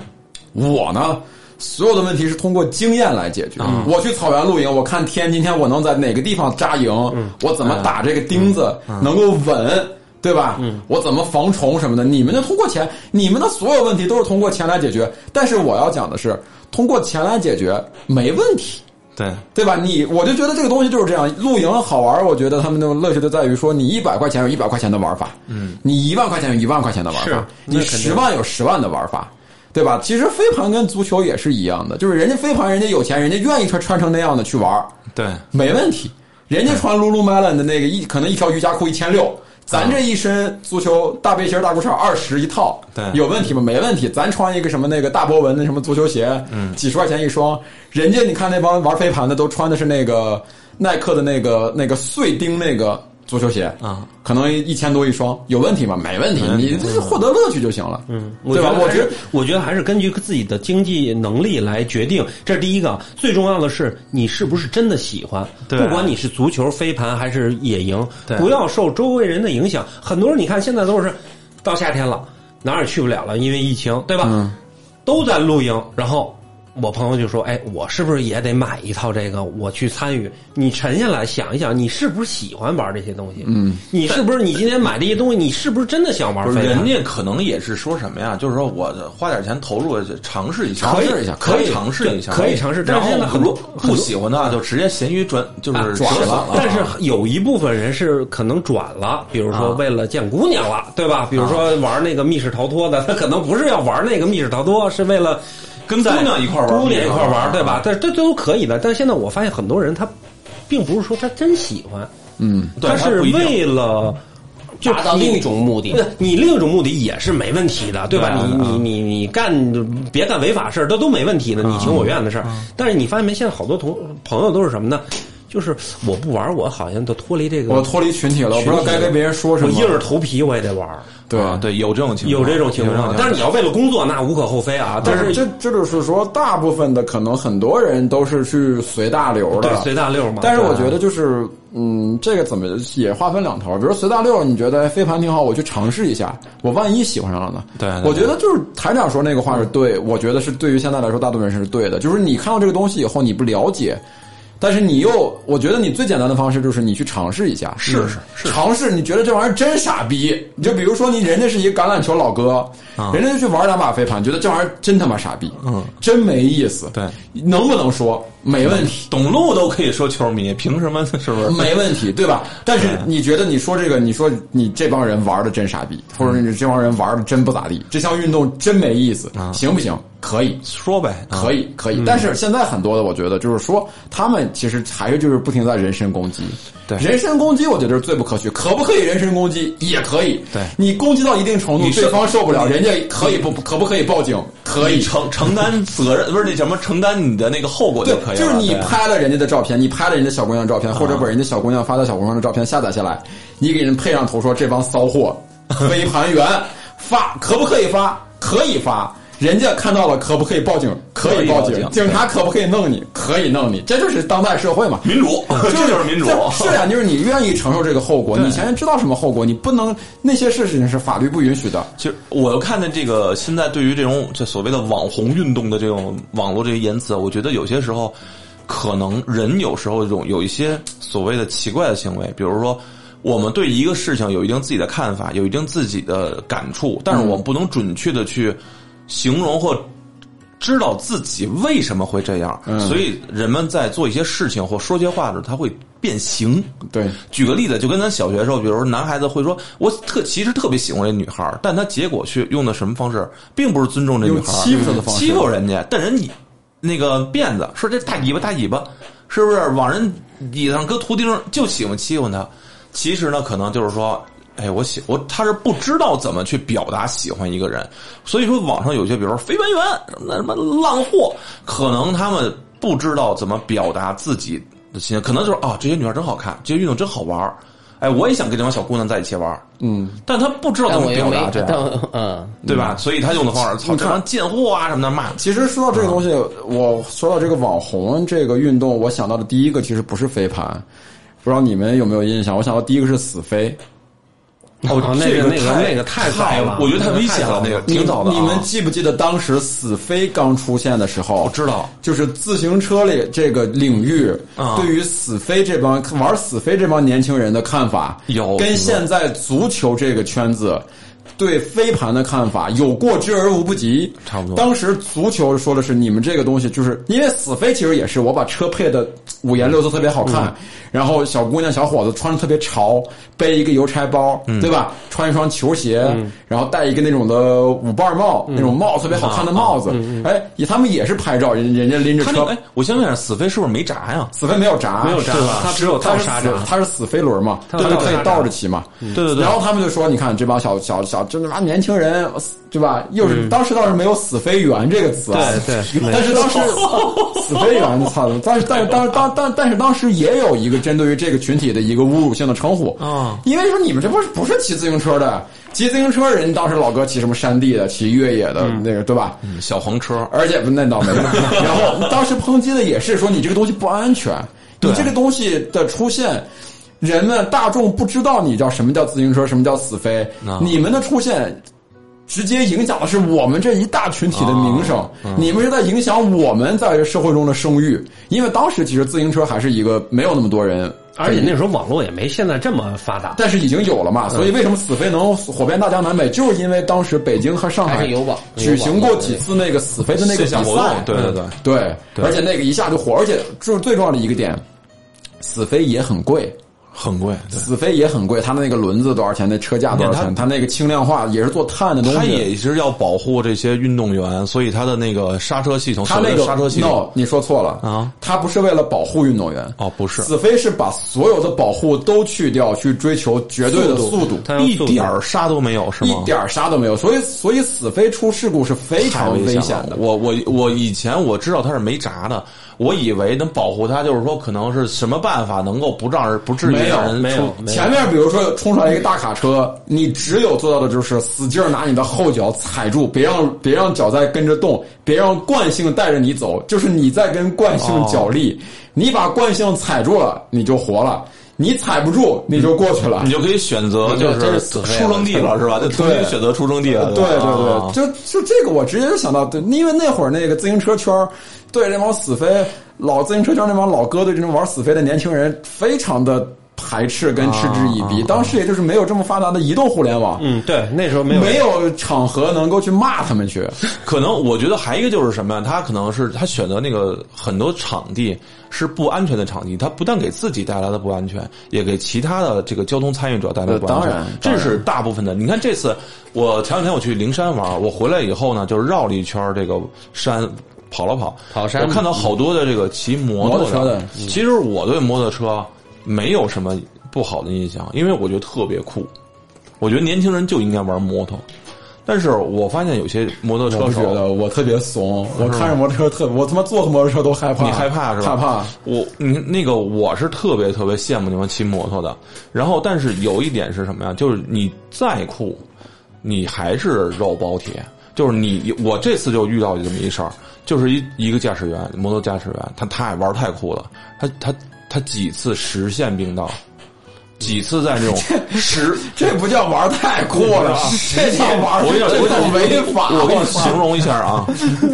我呢，所有的问题是通过经验来解决。我去草原露营，我看天，今天我能在哪个地方扎营，我怎么打这个钉子、能够稳。对吧？嗯，我怎么防虫什么的？你们就通过钱，你们的所有问题都是通过钱来解决。但是我要讲的是，通过钱来解决没问题。
对，
对吧？你我就觉得这个东西就是这样，露营好玩儿。我觉得他们那种乐趣就在于说，你一百块钱有一百块钱的玩法，嗯，你一万块钱有一万块钱的玩
是
法，你十万有十万的玩法，对吧？其实飞盘跟足球也是一样的，就是人家飞盘，人家有钱，人家愿意穿穿成那样的去玩儿，
对，
没问题。人家穿 Lululemon 的那个一可能一条瑜伽裤一千六，咱这一身足球大背心儿大裤衩二十一套，
对
有问题吗？没问题。咱穿一个什么那个大波纹的什么足球鞋，嗯，几十块钱一双。人家你看那帮玩飞盘的都穿的是那个耐克的那个那个碎钉那个足球鞋
啊，
可能一千多一双，有问题吗？没问题，你这是获得乐趣就行了，嗯，对吧？我
还
觉得
是我觉得还是根据自己的经济能力来决定，这是第一个。最重要的是，你是不是真的喜欢？
对
不管你是足球、飞盘还是野营
对，
不要受周围人的影响。很多人你看现在都是到夏天了，哪儿也去不了了，因为疫情，对吧？都在露营，然后。我朋友就说：“哎，我是不是也得买一套这个？我去参与。你沉下来想一想，你是不是喜欢玩这些东西？嗯，你是不是你今天买这些东西，你是不是真的想玩
不是
飞盘？
人家可能也是说什么呀？就是说我花点钱投入尝试一下，
可以尝试一下
可
可
以
以
尝试一下，哎
对可以尝试但是现在
然后
很多
如果不喜欢的啊话就直接闲鱼转，就是
啊
折
转
损
了
但是有一部分人是可能转了，比如说
啊
为了见姑娘了，对吧？比如说玩那个密室逃脱的，他可能不是要玩那个密室逃脱，是为了
跟姑娘一块玩，啊
姑娘一块儿玩，对吧？但
对
是这这都可以的。但是现在我发现很多人他并不是说他真喜欢，
嗯，
他是
不一定
为了就
达到
你
另一种目的
对你另一种目的也是没问题的，对吧？你你你你干别干违法事儿，这都没问题的，你情我愿的事儿。但是你发现没？现在好多同朋友都是什么呢？就是我不玩，我好像都脱离这个，
我脱离群体了，我不知道该跟别人说什
我
么，
硬着头皮我也得玩儿，
对
啊，对，有这啊种情况，
有这种情况。但是你要为了工作，那无可厚非啊。但
但
是
是这这就是说，大部分的可能很多人都是去随大流的
对，随大溜嘛。
但是我觉得就是，嗯，这个怎么也划分两头儿。比如随大溜儿，你觉得哎飞盘挺好，我去尝试一下，我万一喜欢上了呢？
对对
我觉得就是台长说那个话是对，我觉得是对于现在来说，大部分人是对的。就是你看到这个东西以后，你不了解，但是你又，我觉得你最简单的方式就是你去尝试一下，试试，尝试。你觉得这玩意儿真傻逼？你就比如说，你人家是一个橄榄球老哥，人家就去玩两把飞盘，觉得这玩意儿真他妈傻逼，嗯，真没意思。
对，
能不能说？没问题，
董路都可以说球迷，凭什么？是不是？
没问题，对吧？但是你觉得你说这个，你说你这帮人玩的真傻逼，或
嗯
者你这帮人玩的真不咋地，这项运动真没意思，
啊
行不行？可以，
说呗，
可以，可
嗯
以。但是现在很多的，我觉得就是说，他们其实还是就是不停地在人身攻击。
对
人身攻击，我觉得是最不可取。可不可以人身攻击？也可以。
对
你攻击到一定程度，
你是
对方受不了，人家可以不可不可以报警？可以
你。承承担责任，不是那什么，承担你的那个后果
对
就可，以
就
了。
是你
对啊
拍了人家的照片，你拍了人家小姑娘的照片，或者把人家小姑娘发到小姑娘的照片下载下来，你给人配上头说这帮 骚货、飞盘员发，可不可以发？可以发。人家看到了，可不可以报警？可以报
可以
警
报。警
警察可不可以弄你？可以弄你。这就是当代社会嘛。
民主，这 就是民主。
是呀、就是你愿意承受这个后果。你以前知道什么后果，你不能那些事情是法律不允许的。
其实我又看见这个现在对于这种这所谓的网红运动的这种网络这些言辞啊，我觉得有些时候可能人有时候这种有一些所谓的奇怪的行为，比如说。我们对一个事情有一定自己的看法，有一定自己的感触，但是我们不能准确的去形容或知道自己为什么会这样，所以人们在做一些事情或说些话的时候，他会变形。
对，
举个例子，就跟咱小学时候，比如说男孩子会说，我特其实特别喜欢这女孩儿，但他结果却用的什么方式，并不是尊重这女孩儿，
用欺负她的方式
欺负人家，但人你那个辫子说这大尾巴大尾巴，是不是往人椅子上搁图钉儿，就喜欢欺负她？其实呢，可能就是说。哎，我喜我他是不知道怎么去表达喜欢一个人，所以说网上有些，比如说非文员那什么浪货，可能他们不知道怎么表达自己的心，可能就是啊、这些女孩真好看，这些运动真好玩儿哎，我也想跟这帮小姑娘在一起玩儿
嗯，
但他不知道
但
怎么
我
表
又没
达这，
但
样，
我嗯，
对吧？所以他用的方式，操，这帮贱货啊什么的骂，
其实说到这个东西，
嗯
我说到这个网红这个运动，我想到的第一个其实不是飞盘，不知道你们有没有印象？我想到第一个是死飞，
哦，那
这
个
个
那个
太
那个太早
太
了，
我觉得太危险
太
了
早
那个挺早的啊
你们记不记得当时死飞刚出现的时候？
我知道，
就是自行车里这个领域，
啊
对于死飞这帮玩死飞这帮年轻人的看法，
有
跟现在足球这个圈子。对飞盘的看法有过之而无不及，
差不多
当时足球说的是你们这个东西，就是因为死飞其实也是我把车配的五颜六色，特别好
嗯
看，然后小姑娘小伙子穿的特别潮，背一个邮差包，
嗯
对吧？穿一双球鞋，然后戴一个那种的五瓣
嗯
帽，那种帽特别好看的帽子，哎，也他们也是拍照，人人家拎着
他那
车
个哎，我先问一下，死飞是不是没闸呀？
死飞没有闸，
没有闸
对吧
它只有
它
倒
是
刹
死
闸
它是死飞轮嘛，
它
它
有
就
倒
可以
刹闸嗯
倒着骑嘛。
对对对
然后他们就说，你看这帮小小小，这他妈年轻人，对吧？又是当时倒是没有“死飞员”这个词啊，
嗯对对
但是当时“ 死飞员”，操！但是但是当当但但是当时也有一个针对于这个群体的一个侮辱性的称呼
啊，
因为说你们这不是不是骑自行车的，骑自行车人当时老哥骑什么山地的，骑越野的那个，对吧？
小黄车，
而且不那倒霉了。 然后当时抨击的也是说你这个东西不安全，你这个东西的出现。人们大众不知道你叫什么叫自行车，什么叫死飞
啊，
你们的出现直接影响的是我们这一大群体的名
啊
声，
嗯
你们是在影响我们在社会中的声誉。因为当时其实自行车还是一个没有那么多人，
而且那时候网络也没现在这么发达，
但是已经有了
嗯
嘛，所以为什么死飞能火遍大江南北，就是因为当时北京和上
还
海
是有网
举行过几次那个死飞的那个
现象
比赛嗯
活动，，对对对，
对，而且那个一下就火，而且最最重要的一个点，死飞也很贵，
很贵，对。
死飞也很贵，它那个轮子多少钱？那车架多少钱？它那个轻量化也是做碳的东
他
西，
也是要保护这些运动员，所以他的那个刹车系统，
它
所谓
那
的
个
刹车系统
no，你说错了
啊，
它不是为了保护运动员
哦不是
死飞是把所有的保护都去掉，去追求绝对的速度。
它要
一
速度
点儿刹都没有，是吗？
一点儿啥都没有，所以所以死飞出事故是非
太
常
危
危
了
险的。
我我我以前我知道它是没闸的，我以为能保护它，就是说可能是什么办法能够不让人不至于
没有
让人
没有
出
没有
前面比如说冲出来一个大卡车，你只有做到的就是使劲儿拿你的后脚踩住，别让别让脚再跟着动，别让惯性带着你走，就是你在跟惯性角力。你把惯性踩住了，你就活了；你踩不住你就过去了。
你就可以选择就
对真是死
出
飞
生地了是吧？就重新选择出生地了。
对对
吧
对，就就这个我直接就想到，对，因为那会儿那个自行车圈儿对这帮死飞老自行车圈儿那帮老哥对这种玩死飞的年轻人非常的排斥跟嗤之以鼻。当时也就是没有这么发达的移动互联网，
嗯，对，那 时候没有
没有场合能够去骂他们去。
可能我觉得还一个就是什么呀？他可能是他选择那个很多场地是不安全的场地，他不但给自己带来了不安全，也给其他的这个交通参与者带来了不安全。
呃当然
这是大部分的。你看这次我前两天我去灵山玩，我回来以后呢，就是绕了一圈这个山。跑了跑，
跑山
我看到好多的这个骑摩托
摩托车的
其实我对摩托车没有什么不好的印象，因为我觉得特别酷。我觉得年轻人就应该玩摩托，但是我发现有些摩托车
我不
手嗯
觉得，我特别怂，我看着摩托车特，我他妈坐个摩托车都害怕。
你害怕是吧？
害怕。。
我你那个我是特别特别羡慕你们骑摩托的，然后但是有一点是什么呀？就是你再酷，你还是肉包铁。就是你我这次就遇到这么一事儿，就是一一个驾驶员，摩托驾驶员，他太玩儿太酷了，他他他几次实线并道，几次在这种实
这不叫玩太酷了，这叫玩儿，
我跟你讲，
这
我
叫
跟你
违法。
我给你
操
形容一下啊，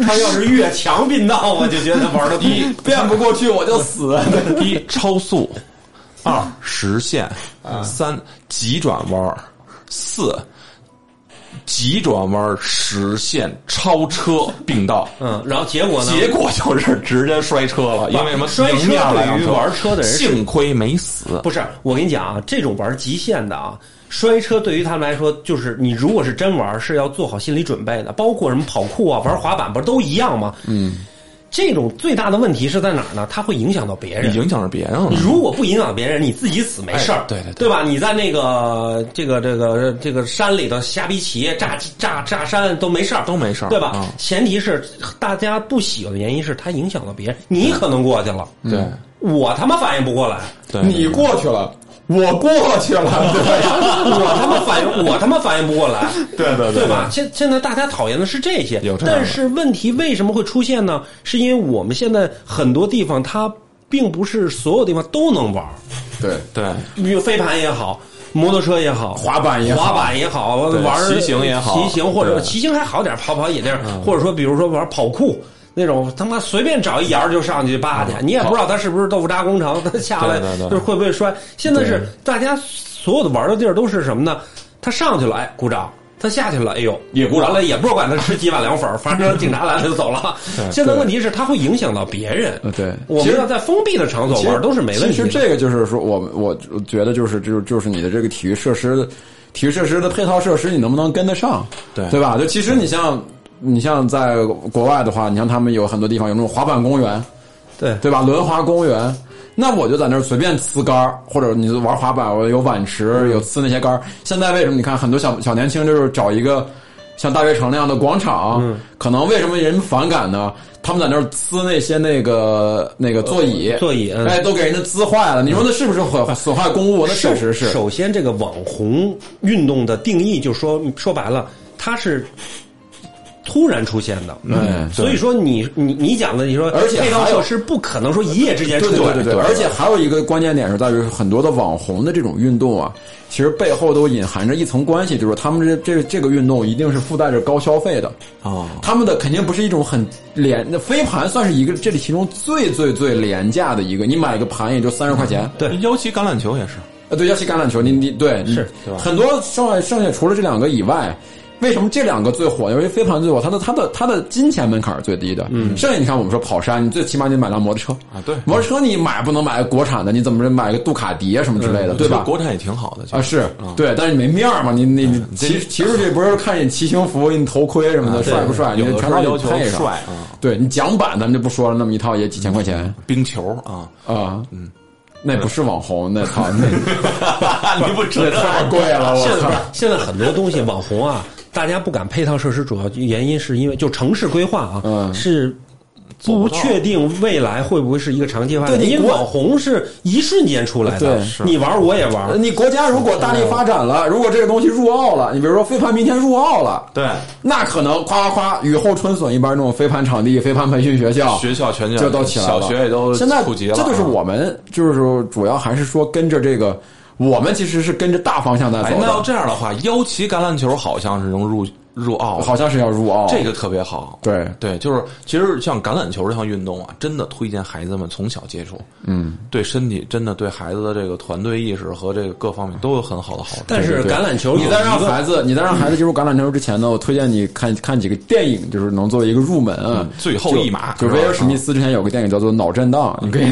他要是越墙并道，我就觉得玩的低。
变不过去我就死。
一超速，二实线，三急转弯儿，四急转弯儿实线超车并道。
嗯，然后结果呢？
结果就是直接摔车了，因为什么？
摔车
迎面来辆
对于玩车的人是
幸亏没死。
不是，我跟你讲啊，这种玩极限的啊，摔车对于他们来说，就是你如果是真玩，是要做好心理准备的，包括什么跑酷啊、玩滑板，不是都一样吗？嗯，这种最大的问题是在哪儿呢？它会影响到别人，
影响着别人了
你。如果不影响别人，你自己死没事儿、
哎对对对
对吧？你在那个这个这个这个山里头瞎逼骑、炸炸炸山都没事儿，
嗯都没事儿
对吧？
嗯
前提是大家不喜欢的原因是它影响到别人，
嗯
你可能过去了，
对
我他妈反应不嗯过来，
对，
你过去了，我过去了，对吧？
我他妈反应，我他妈反应不过来，
对对
对吧？现现在大家讨厌的是这些
有，这样的
但是问题为什么会出现呢？是因为我们现在很多地方它并不是所有地方都能玩儿，
对，
对
比如飞盘也好，摩托车也好，
滑板也好
滑板也好，
对
玩儿
骑行也好
骑行或者
对
骑行还好点儿，跑跑野地儿，或者说比如说玩跑酷。那种他妈随便找一沿儿就上去扒去，你也不知道他是不是豆腐渣工程，他下来
对对对
就是会不会摔。现在是大家所有的玩的地儿都是什么呢？他上去了，哎，鼓掌；他下去了，哎呦，
也鼓掌
完了，也不知道管他吃几碗凉粉儿，反正警察来了就走了。现在问题是，他会影响到别人
呃。对
我
其
们
实
要在封闭的场所
其实
玩都是没问题
其
的。
实这个就是说我我我觉得就是就是就是你的这个体育设施的体育设施的配套设施，你能不能跟得上？
对
对吧？就其实你像你像在国外的话，你像他们有很多地方有那种滑板公园，
对
对吧？轮滑公园。那我就在那儿随便呲杆儿，或者你就玩滑板，我有碗
嗯
池，有呲那些杆儿。现在为什么你看很多小小年轻就是找一个像大悦城那样的广场？
嗯
可能为什么人反感呢？他们在那儿呲那些那个那个座椅，
座椅嗯呃
哎，都给人家呲坏了。你说那是不是毁损害公物？那确实是。
首先，这个网红运动的定义，就说说白了，它是突然出现的。
嗯
所以说你你你讲的，你说
而且
配套
还有
设施不可能说一夜之间出
对
来。
对对对，而且还有一个关键点是在于很多的网红的这种运动啊，其实背后都隐含着一层关系，就是他们这这这个运动一定是附带着高消费的。
哦，
他们的肯定不是一种很廉，那飞盘算是一个这里其中最最最廉价的一个，你买一个盘也就三十块钱。
对
尤其橄榄球也是，
呃，对，要去橄榄球，你你对
是
对吧
很多剩下剩下除了这两个以外。为什么这两个最火？因为飞盘最火，它的它的它的金钱门槛是最低的。嗯，剩下你看我们说跑山，你最起码你买辆摩托车
啊对
摩托车你买不能买个国产的，你怎么着买个杜卡迪啊什么之类的，对
其
吧
实？嗯国产啊也挺好的，其
啊，
实
是对，但是你没面儿嘛，你你你骑骑出去不是看你骑行服、你头盔什么的帅不帅，你
啊有
就
的
全
时候
都
要
得
求
配上。
帅啊，
对你桨板咱们就不说了，那么一套也几千块钱
冰球 啊，
啊，嗯，那不是网红，那套那
你不知
那
道。啊
太贵
现在
了，我
不是
操！
现在很多东西网红啊，大家不敢配套设施，主要原因是因为就城市规划啊，
嗯
是
走
不
到
确定未来会不会是一个长期发展，
对你
因为
国
网红是一瞬间出来的
对，是
你玩我也玩，
呃你国家如果大力发展了，如果这个东西入奥了，你比如说飞盘明天入奥了，
对
那可能夸夸夸雨后春笋一般，这种飞盘场地、飞盘培训学校。
学校全
啊就都起来了，
小学也都
现在
普及了，啊
这就是我们就是说主要还是说跟着这个，我们其实是跟着大方向在
哎，
走
那要
的，
这样的话，腰旗橄榄球好像是能入入奥了，
好像是要入奥。
这个特别好。
对
对，就是其实像橄榄球这项运动啊，真的推荐孩子们从小接触，嗯，对身体真的对孩子的这个团队意识和这个各方面都有很好的好处。
但是
对对
橄榄球
你在让
有一个
孩子，你在让孩子接触橄榄球之前呢，我推荐你看看几个电影，就是能作为一个入门啊。
最后一码
就就威尔史密斯之前有个电影叫做《脑震荡》，你可以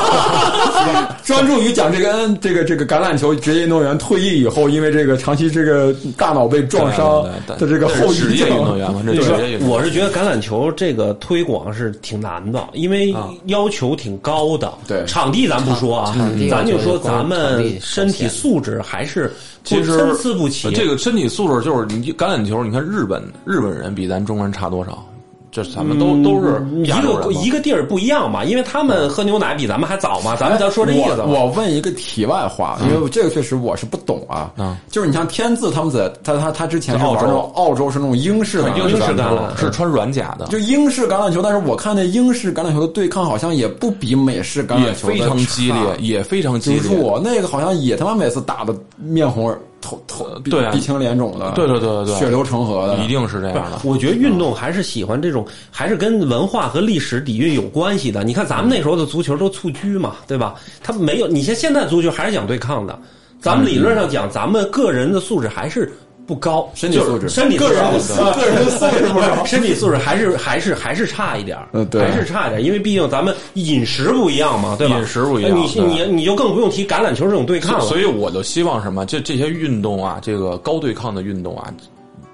专注于讲这个这个这个橄榄球职业运动员退役以后，因为这个长期这个大脑被撞伤
对
的这个后
但是职
遗
业运动
症。
员嘛，这
对
职
吧
业运动员
我是觉得橄榄球这个推广是挺难的，因为要求挺高的。
对
场地咱不说啊
场地，
咱就
要
说
求高
咱
场
们
地
身体
首先
素质还是不
其实呃
参差不齐。
这个身体素质就是你橄榄球，你看日本日本人比咱中国人差多少？这咱们
嗯
都、都是
一
亚洲人
个
嘛
嗯一个地儿不一样嘛，因为他们喝牛奶比咱们还早嘛，
哎
咱们咱说这意思
我
嘛。
我问一个题外话，因为这个确实我是不懂啊。
嗯
就是你像天字他们在他他他之前是玩那种澳洲是那种英式的
英
式橄榄
啊是穿软甲的，
就英式橄榄球，但是我看那英式橄榄球的对抗好像也不比美式橄榄
也
球的
非常激烈，也非常激
激
烈。
我那个好像也他妈每次打的面红耳头头鼻
对啊
鼻青脸肿的，
对对对对对
血流成河的，
一定是这样
不是
的。
我觉得运动还是喜欢这种，还是跟文化和历史底蕴有关系的。你看咱们那时候的足球都蹴鞠嘛，对吧？他没有，你像现在足球还是讲对抗的。咱们理论上讲，咱们个人的素质还是不高，
身体素质
就是身体素
个
质
人 个人 素质不高
身体素质还是还是还是差一点儿
嗯对
还是差一点儿，因为毕竟咱们饮食不一样嘛，对吧？
饮食不一样
你
对
啊
你你就更不用提橄榄球这种对抗了。
所以我就希望什么，这这些运动啊，这个高对抗的运动啊，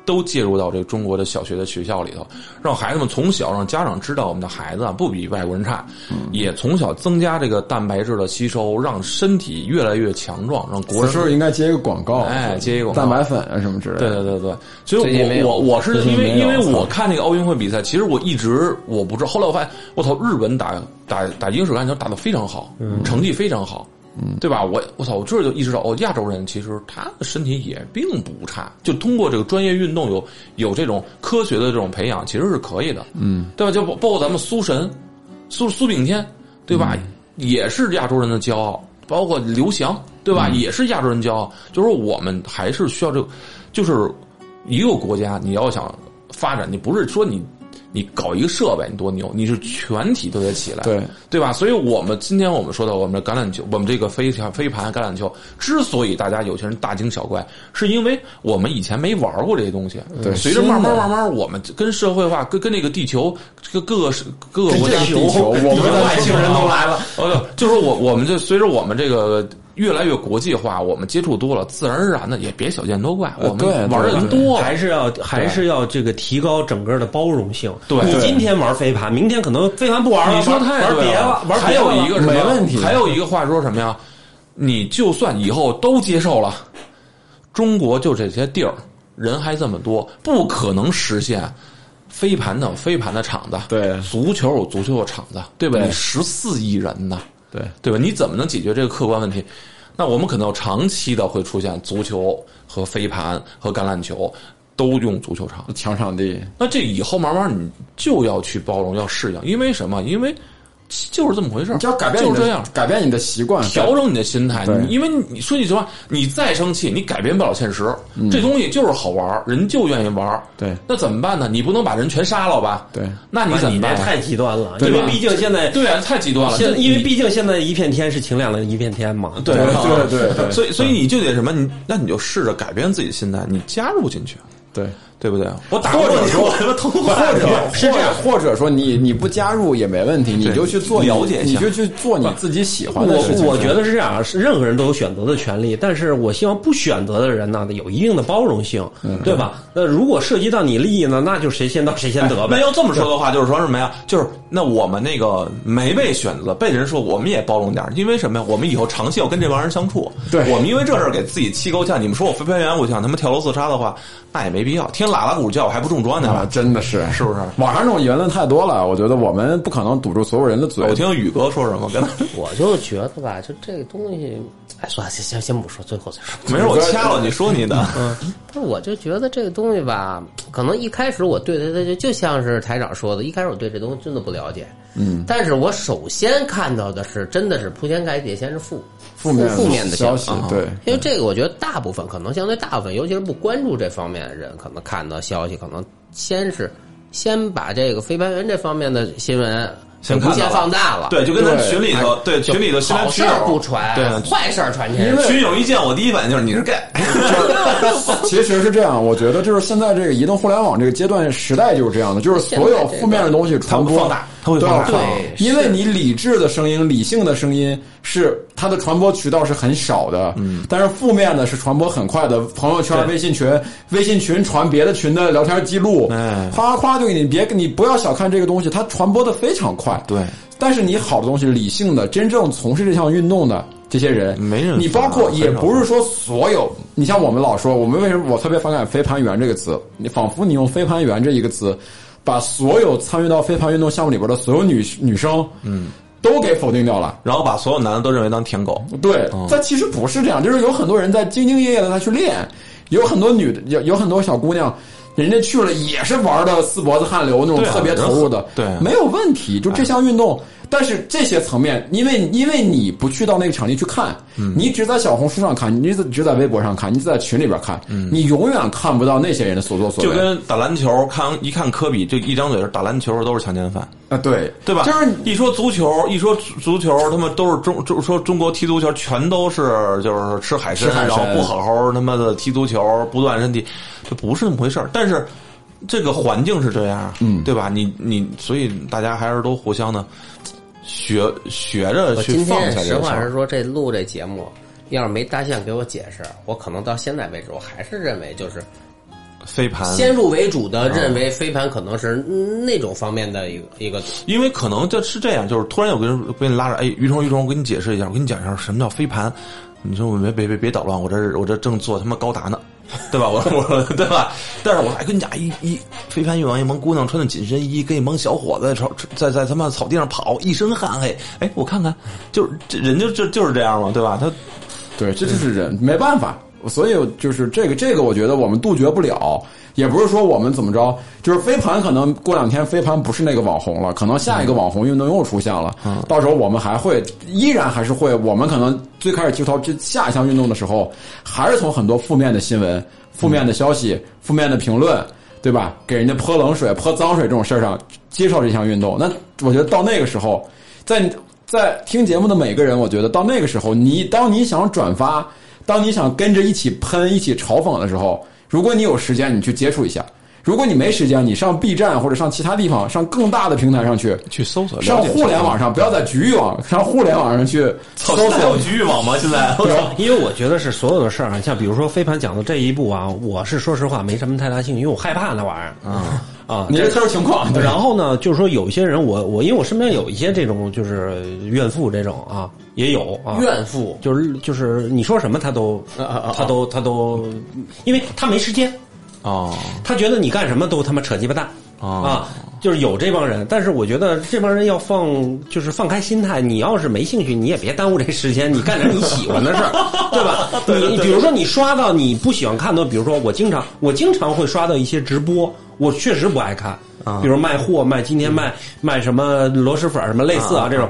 都介入到这个中国的小学的学校里头，让孩子们从小让家长知道我们的孩子啊不比外国人差，也从小增加这个蛋白质的吸收，让身体越来越强壮，让国
我
人
是不是应该接一个广告？
哎接一个广告
蛋白粉啊什么之类
对
的。
对对对，所
最近没
以
有
我我我是
最近
因为
没有
因为
操
我看那个奥运会比赛，其实我一直我不知道，后来我发现，我操，日本打打打英式橄榄球打得非常好，成绩非常好，对吧？我我操，我这就意识到，哦，亚洲人其实他的身体也并不差，就通过这个专业运动有有这种科学的这种培养，其实是可以的，嗯，对吧？就包包括咱们苏神苏苏炳添，对
嗯
吧？也是亚洲人的骄傲，包括刘翔，对吧？
嗯
也是亚洲人骄傲。就是说我们还是需要这个，就是一个国家你要想发展，你不是说你你搞一个设备你多牛，你是全体都得起来，
对
对吧？所以我们今天我们说到我们的橄榄球，我们这个飞盘飞盘橄榄球之所以大家有些人大惊小怪，是因为我们以前没玩过这些东西。
对
随着慢
新
慢
的
慢慢，我们跟社会化，跟跟这个地球，跟各个各个国家
跟地 球我们在
外星人都来了。呃，就是我我们就随着我们这个越来越国际化，我们接触多了，自然而然的也别小见多怪，我们
呃对对
玩的人多了。
还是要还是要这个提高整个的包容性。
对
你
对
今天玩飞盘，明天可能飞盘不玩了，
你说
玩
太
玩
对
别
了
了，玩
还
别
有
了
一个什么
没问题
还有一个话说什么呀？你就算以后都接受了，中国就这些地儿，人还这么多，不可能实现。飞盘的有飞盘的场子，
对
足球有足球的场子，对吧？
对
你十四亿人呢，
对
对吧？你怎么能解决这个客观问题？那我们可能长期的会出现足球和飞盘和橄榄球都用足球场，
抢场地，
那这以后慢慢你就要去包容，要适应，因为什么？因为就是这么回事儿，
你只要改变
就
你
是
的
这样，
改变你的习惯，
调整你的心态。
对
你因为你说句实话，你再生气，你改变不了现实。这东西就是好玩儿，人就愿意玩儿。
嗯对
那怎么办呢？你不能把人全杀了吧？
对
那你
那
怎
你
么
这
办啊？
太极端了，
对
因为
吧
毕竟现在
对啊，太极端了。
现
这
因为
你
毕竟现在一片天是晴朗的一片天嘛。
对
对
啊
对对对
所以所以你就得什么？你那你就试着改变自己的心态，你加入进去，
对。
对不对？
我打过你，我他妈偷回来
或者
了，是这样。
或者说你你不加入也没问题，你就去做你
了解一
你
下
就去做你自己喜欢的事情。
我我觉得是这样啊，是任何人都有选择的权利，但是我希望不选择的人呢有一定的包容性，对吧？那如果涉及到你利益呢，那就谁先到谁先得呗
那。要这么说的话，就是说什么呀？就是那我们那个没被选择，被人说我们也包容点儿，因为什么呀？我们以后长期要跟这帮人相处。
对
我们因为这事儿给自己气够呛。你们说我飞盘员，我想他妈跳楼自杀的话，那也没必要。听听喇喇鼓叫，我还不中砖呢
啊，真的是
是不是
网上这种言论太多了，我觉得我们不可能堵住所有人的嘴
我。听宇哥说什 么，跟他
我就觉得吧，就这个东西，哎，算了，先先先不说，最后再说。
没事，我掐了，你说你的，
嗯
但我就觉得这个东西吧，可能一开始我对它，它就就像是台长说的，一开始我对这东西真的不了解。嗯，但是我首先看到的是，真的是铺天盖地，先是负
负面
负面的
消息
啊
对
因为这个我觉得大部分可能相对大部分，尤其是不关注这方面的人，可能看到消息，可能先是先把这个飞盘员这方面的新闻
先看
无
到
限
了
放大了，啊
对，就跟咱
对哎
群里头，对群里头新来
好
群
事儿不
友，
传，
对
坏事儿传天下。
群友一见我第一反应就是你 是 gay，
其实是这样，我觉得就是现在这个移动互联网这个阶段时代就是这样的，就是所有负面的东西传播
它会放大它会
都要
放大
放
对
因为你理智的声音、理性的声音是它的传播渠道是很少的，嗯，但是负面的是传播很快的，朋友圈、
对
微信群、微信群传别的群的聊天记录，
哎
夸夸就给你别你不要小看这个东西，它传播的非常快，
对
但是你好的东西，理性的、真正从事这项运动的这些人，
没人啊
你包括
很少
也不是说所有，你像我们老说，我们为什么我特别反感“飞盘员”这个词？你仿佛你用“飞盘员”这一个词，把所有参与到飞盘运动项目里边的所有女女生，嗯，都给否定掉了。
然后把所有男的都认为当舔狗，
对，
哦
但其实不是这样，就是有很多人在兢兢业业的他去练，有很多女的，有有很多小姑娘，人家去了也是玩的四脖子汗流那种
对啊
特别投入的，
对啊
没有问题。就这项运动，但是这些层面，因为因为你不去到那个场地去看，
嗯
你只在小红书上看，你只只在微博上看，你只在群里边看，你永远看不到那些人的所作所为。
嗯就跟打篮球看一看科比，就一张嘴是打篮球都是强奸犯。
啊，对
对吧？
就是
一说足球，一说足球，他们都是中，就说中国踢足球全都是就是吃海参，
吃海参
然后不好好他妈的踢足球，不锻炼身体，这不是那么回事儿。但是这个环境是这样，嗯，对吧？你你，所以大家还是都互相的学学着
我
去
今
放
天
下
实
这个事
话实
儿。
说，这录这节目，要是没大象给我解释，我可能到现在为止，我还是认为就是
飞盘，
先入为主的认为飞盘可能是那种方面的一个一个。
因为可能就是这样，就是突然有个人 被你拉着，哎，于成于成，我给你解释一下，我给你讲一下什么叫飞盘。你说我别别别别捣乱，我这我这正做他妈高达呢，对吧？我我对吧？但是我还跟你讲，一哎一飞盘运完一帮姑娘穿着紧身衣，跟一帮小伙子在朝在在他妈草地上跑，一身汗，嘿，哎，我看看，就是这人就就就是这样嘛，对吧？他
对，这就是人，没办法。所以就是这个，这个我觉得我们杜绝不了，也不是说我们怎么着，就是飞盘可能过两天飞盘不是那个网红了，可能下一个网红运动又出现了，到时候我们还会依然还是会，我们可能最开始接触到这下一项运动的时候，还是从很多负面的新闻、负面的消息、负面的评论，对吧？给人家泼冷水、泼脏水这种事儿上接受这项运动，那我觉得到那个时候，在你在听节目的每个人，我觉得到那个时候，你当你想转发，当你想跟着一起喷、一起嘲讽的时候，如果你有时间，你去接触一下；如果你没时间，你上 B 站或者上其他地方，上更大的平台上去，
去搜索
上互联网上，不要在局域网，上互联网上去搜
操，现在有
索。
局域网吗？现在我操，
因为我觉得是所有的事儿啊，像比如说飞盘讲的这一步啊，我是说实话没什么太大兴趣，因为我害怕那玩意儿啊啊。
你这特殊情况，对
然后呢，就是说有一些人，我我因为我身边有一些这种就是怨妇这种啊，也有啊，
怨妇
就是就是你说什么他都他都他都，因为他没时间，
哦，
他觉得你干什么都他妈扯鸡巴蛋啊，就是有这帮人，但是我觉得这帮人要放就是放开心态，你要是没兴趣，你也别耽误这时间，你干点你喜欢的 事儿，对吧？你比如说你刷到你不喜欢看的，比如说我经常我经常会刷到一些直播，我确实不爱看，比如卖货卖今天卖卖什么螺蛳粉儿什么类似嗯啊这种。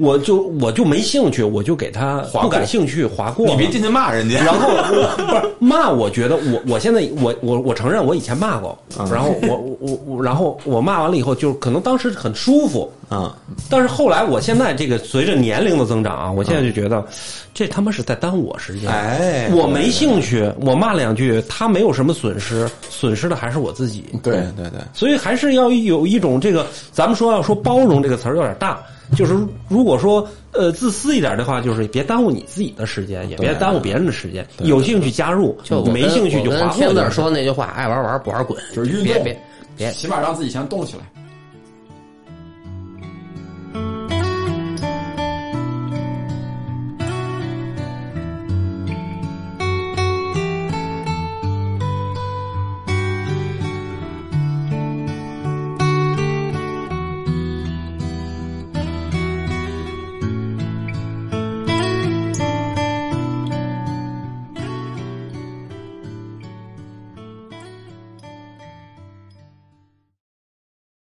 我就我就没兴趣，我就给他
过
不感兴趣划过了。
你别进去骂人家，
然后我 不是骂，我觉得我我现在我我我承认我以前骂过，然后我我我我然后我骂完了以后，就是可能当时很舒服，
啊，
但是后来我现在这个随着年龄的增长啊，我现在就觉得这他妈是在耽误我时间，
哎
我没兴趣，我骂两句，他没有什么损失，损失的还是我自己，
对
对对对。
所以还是要有一种这个，咱们说要说包容这个词儿有点大，就是如果说呃自私一点的话，就是别耽误你自己的时间，也别耽误别人的时间。有兴趣加入，
就我跟
没兴趣就
我
划
跟
过
天
就
字
是。
说那句话，爱玩玩，不玩滚，
就是运
别
动
别别
起码让自己先动起来。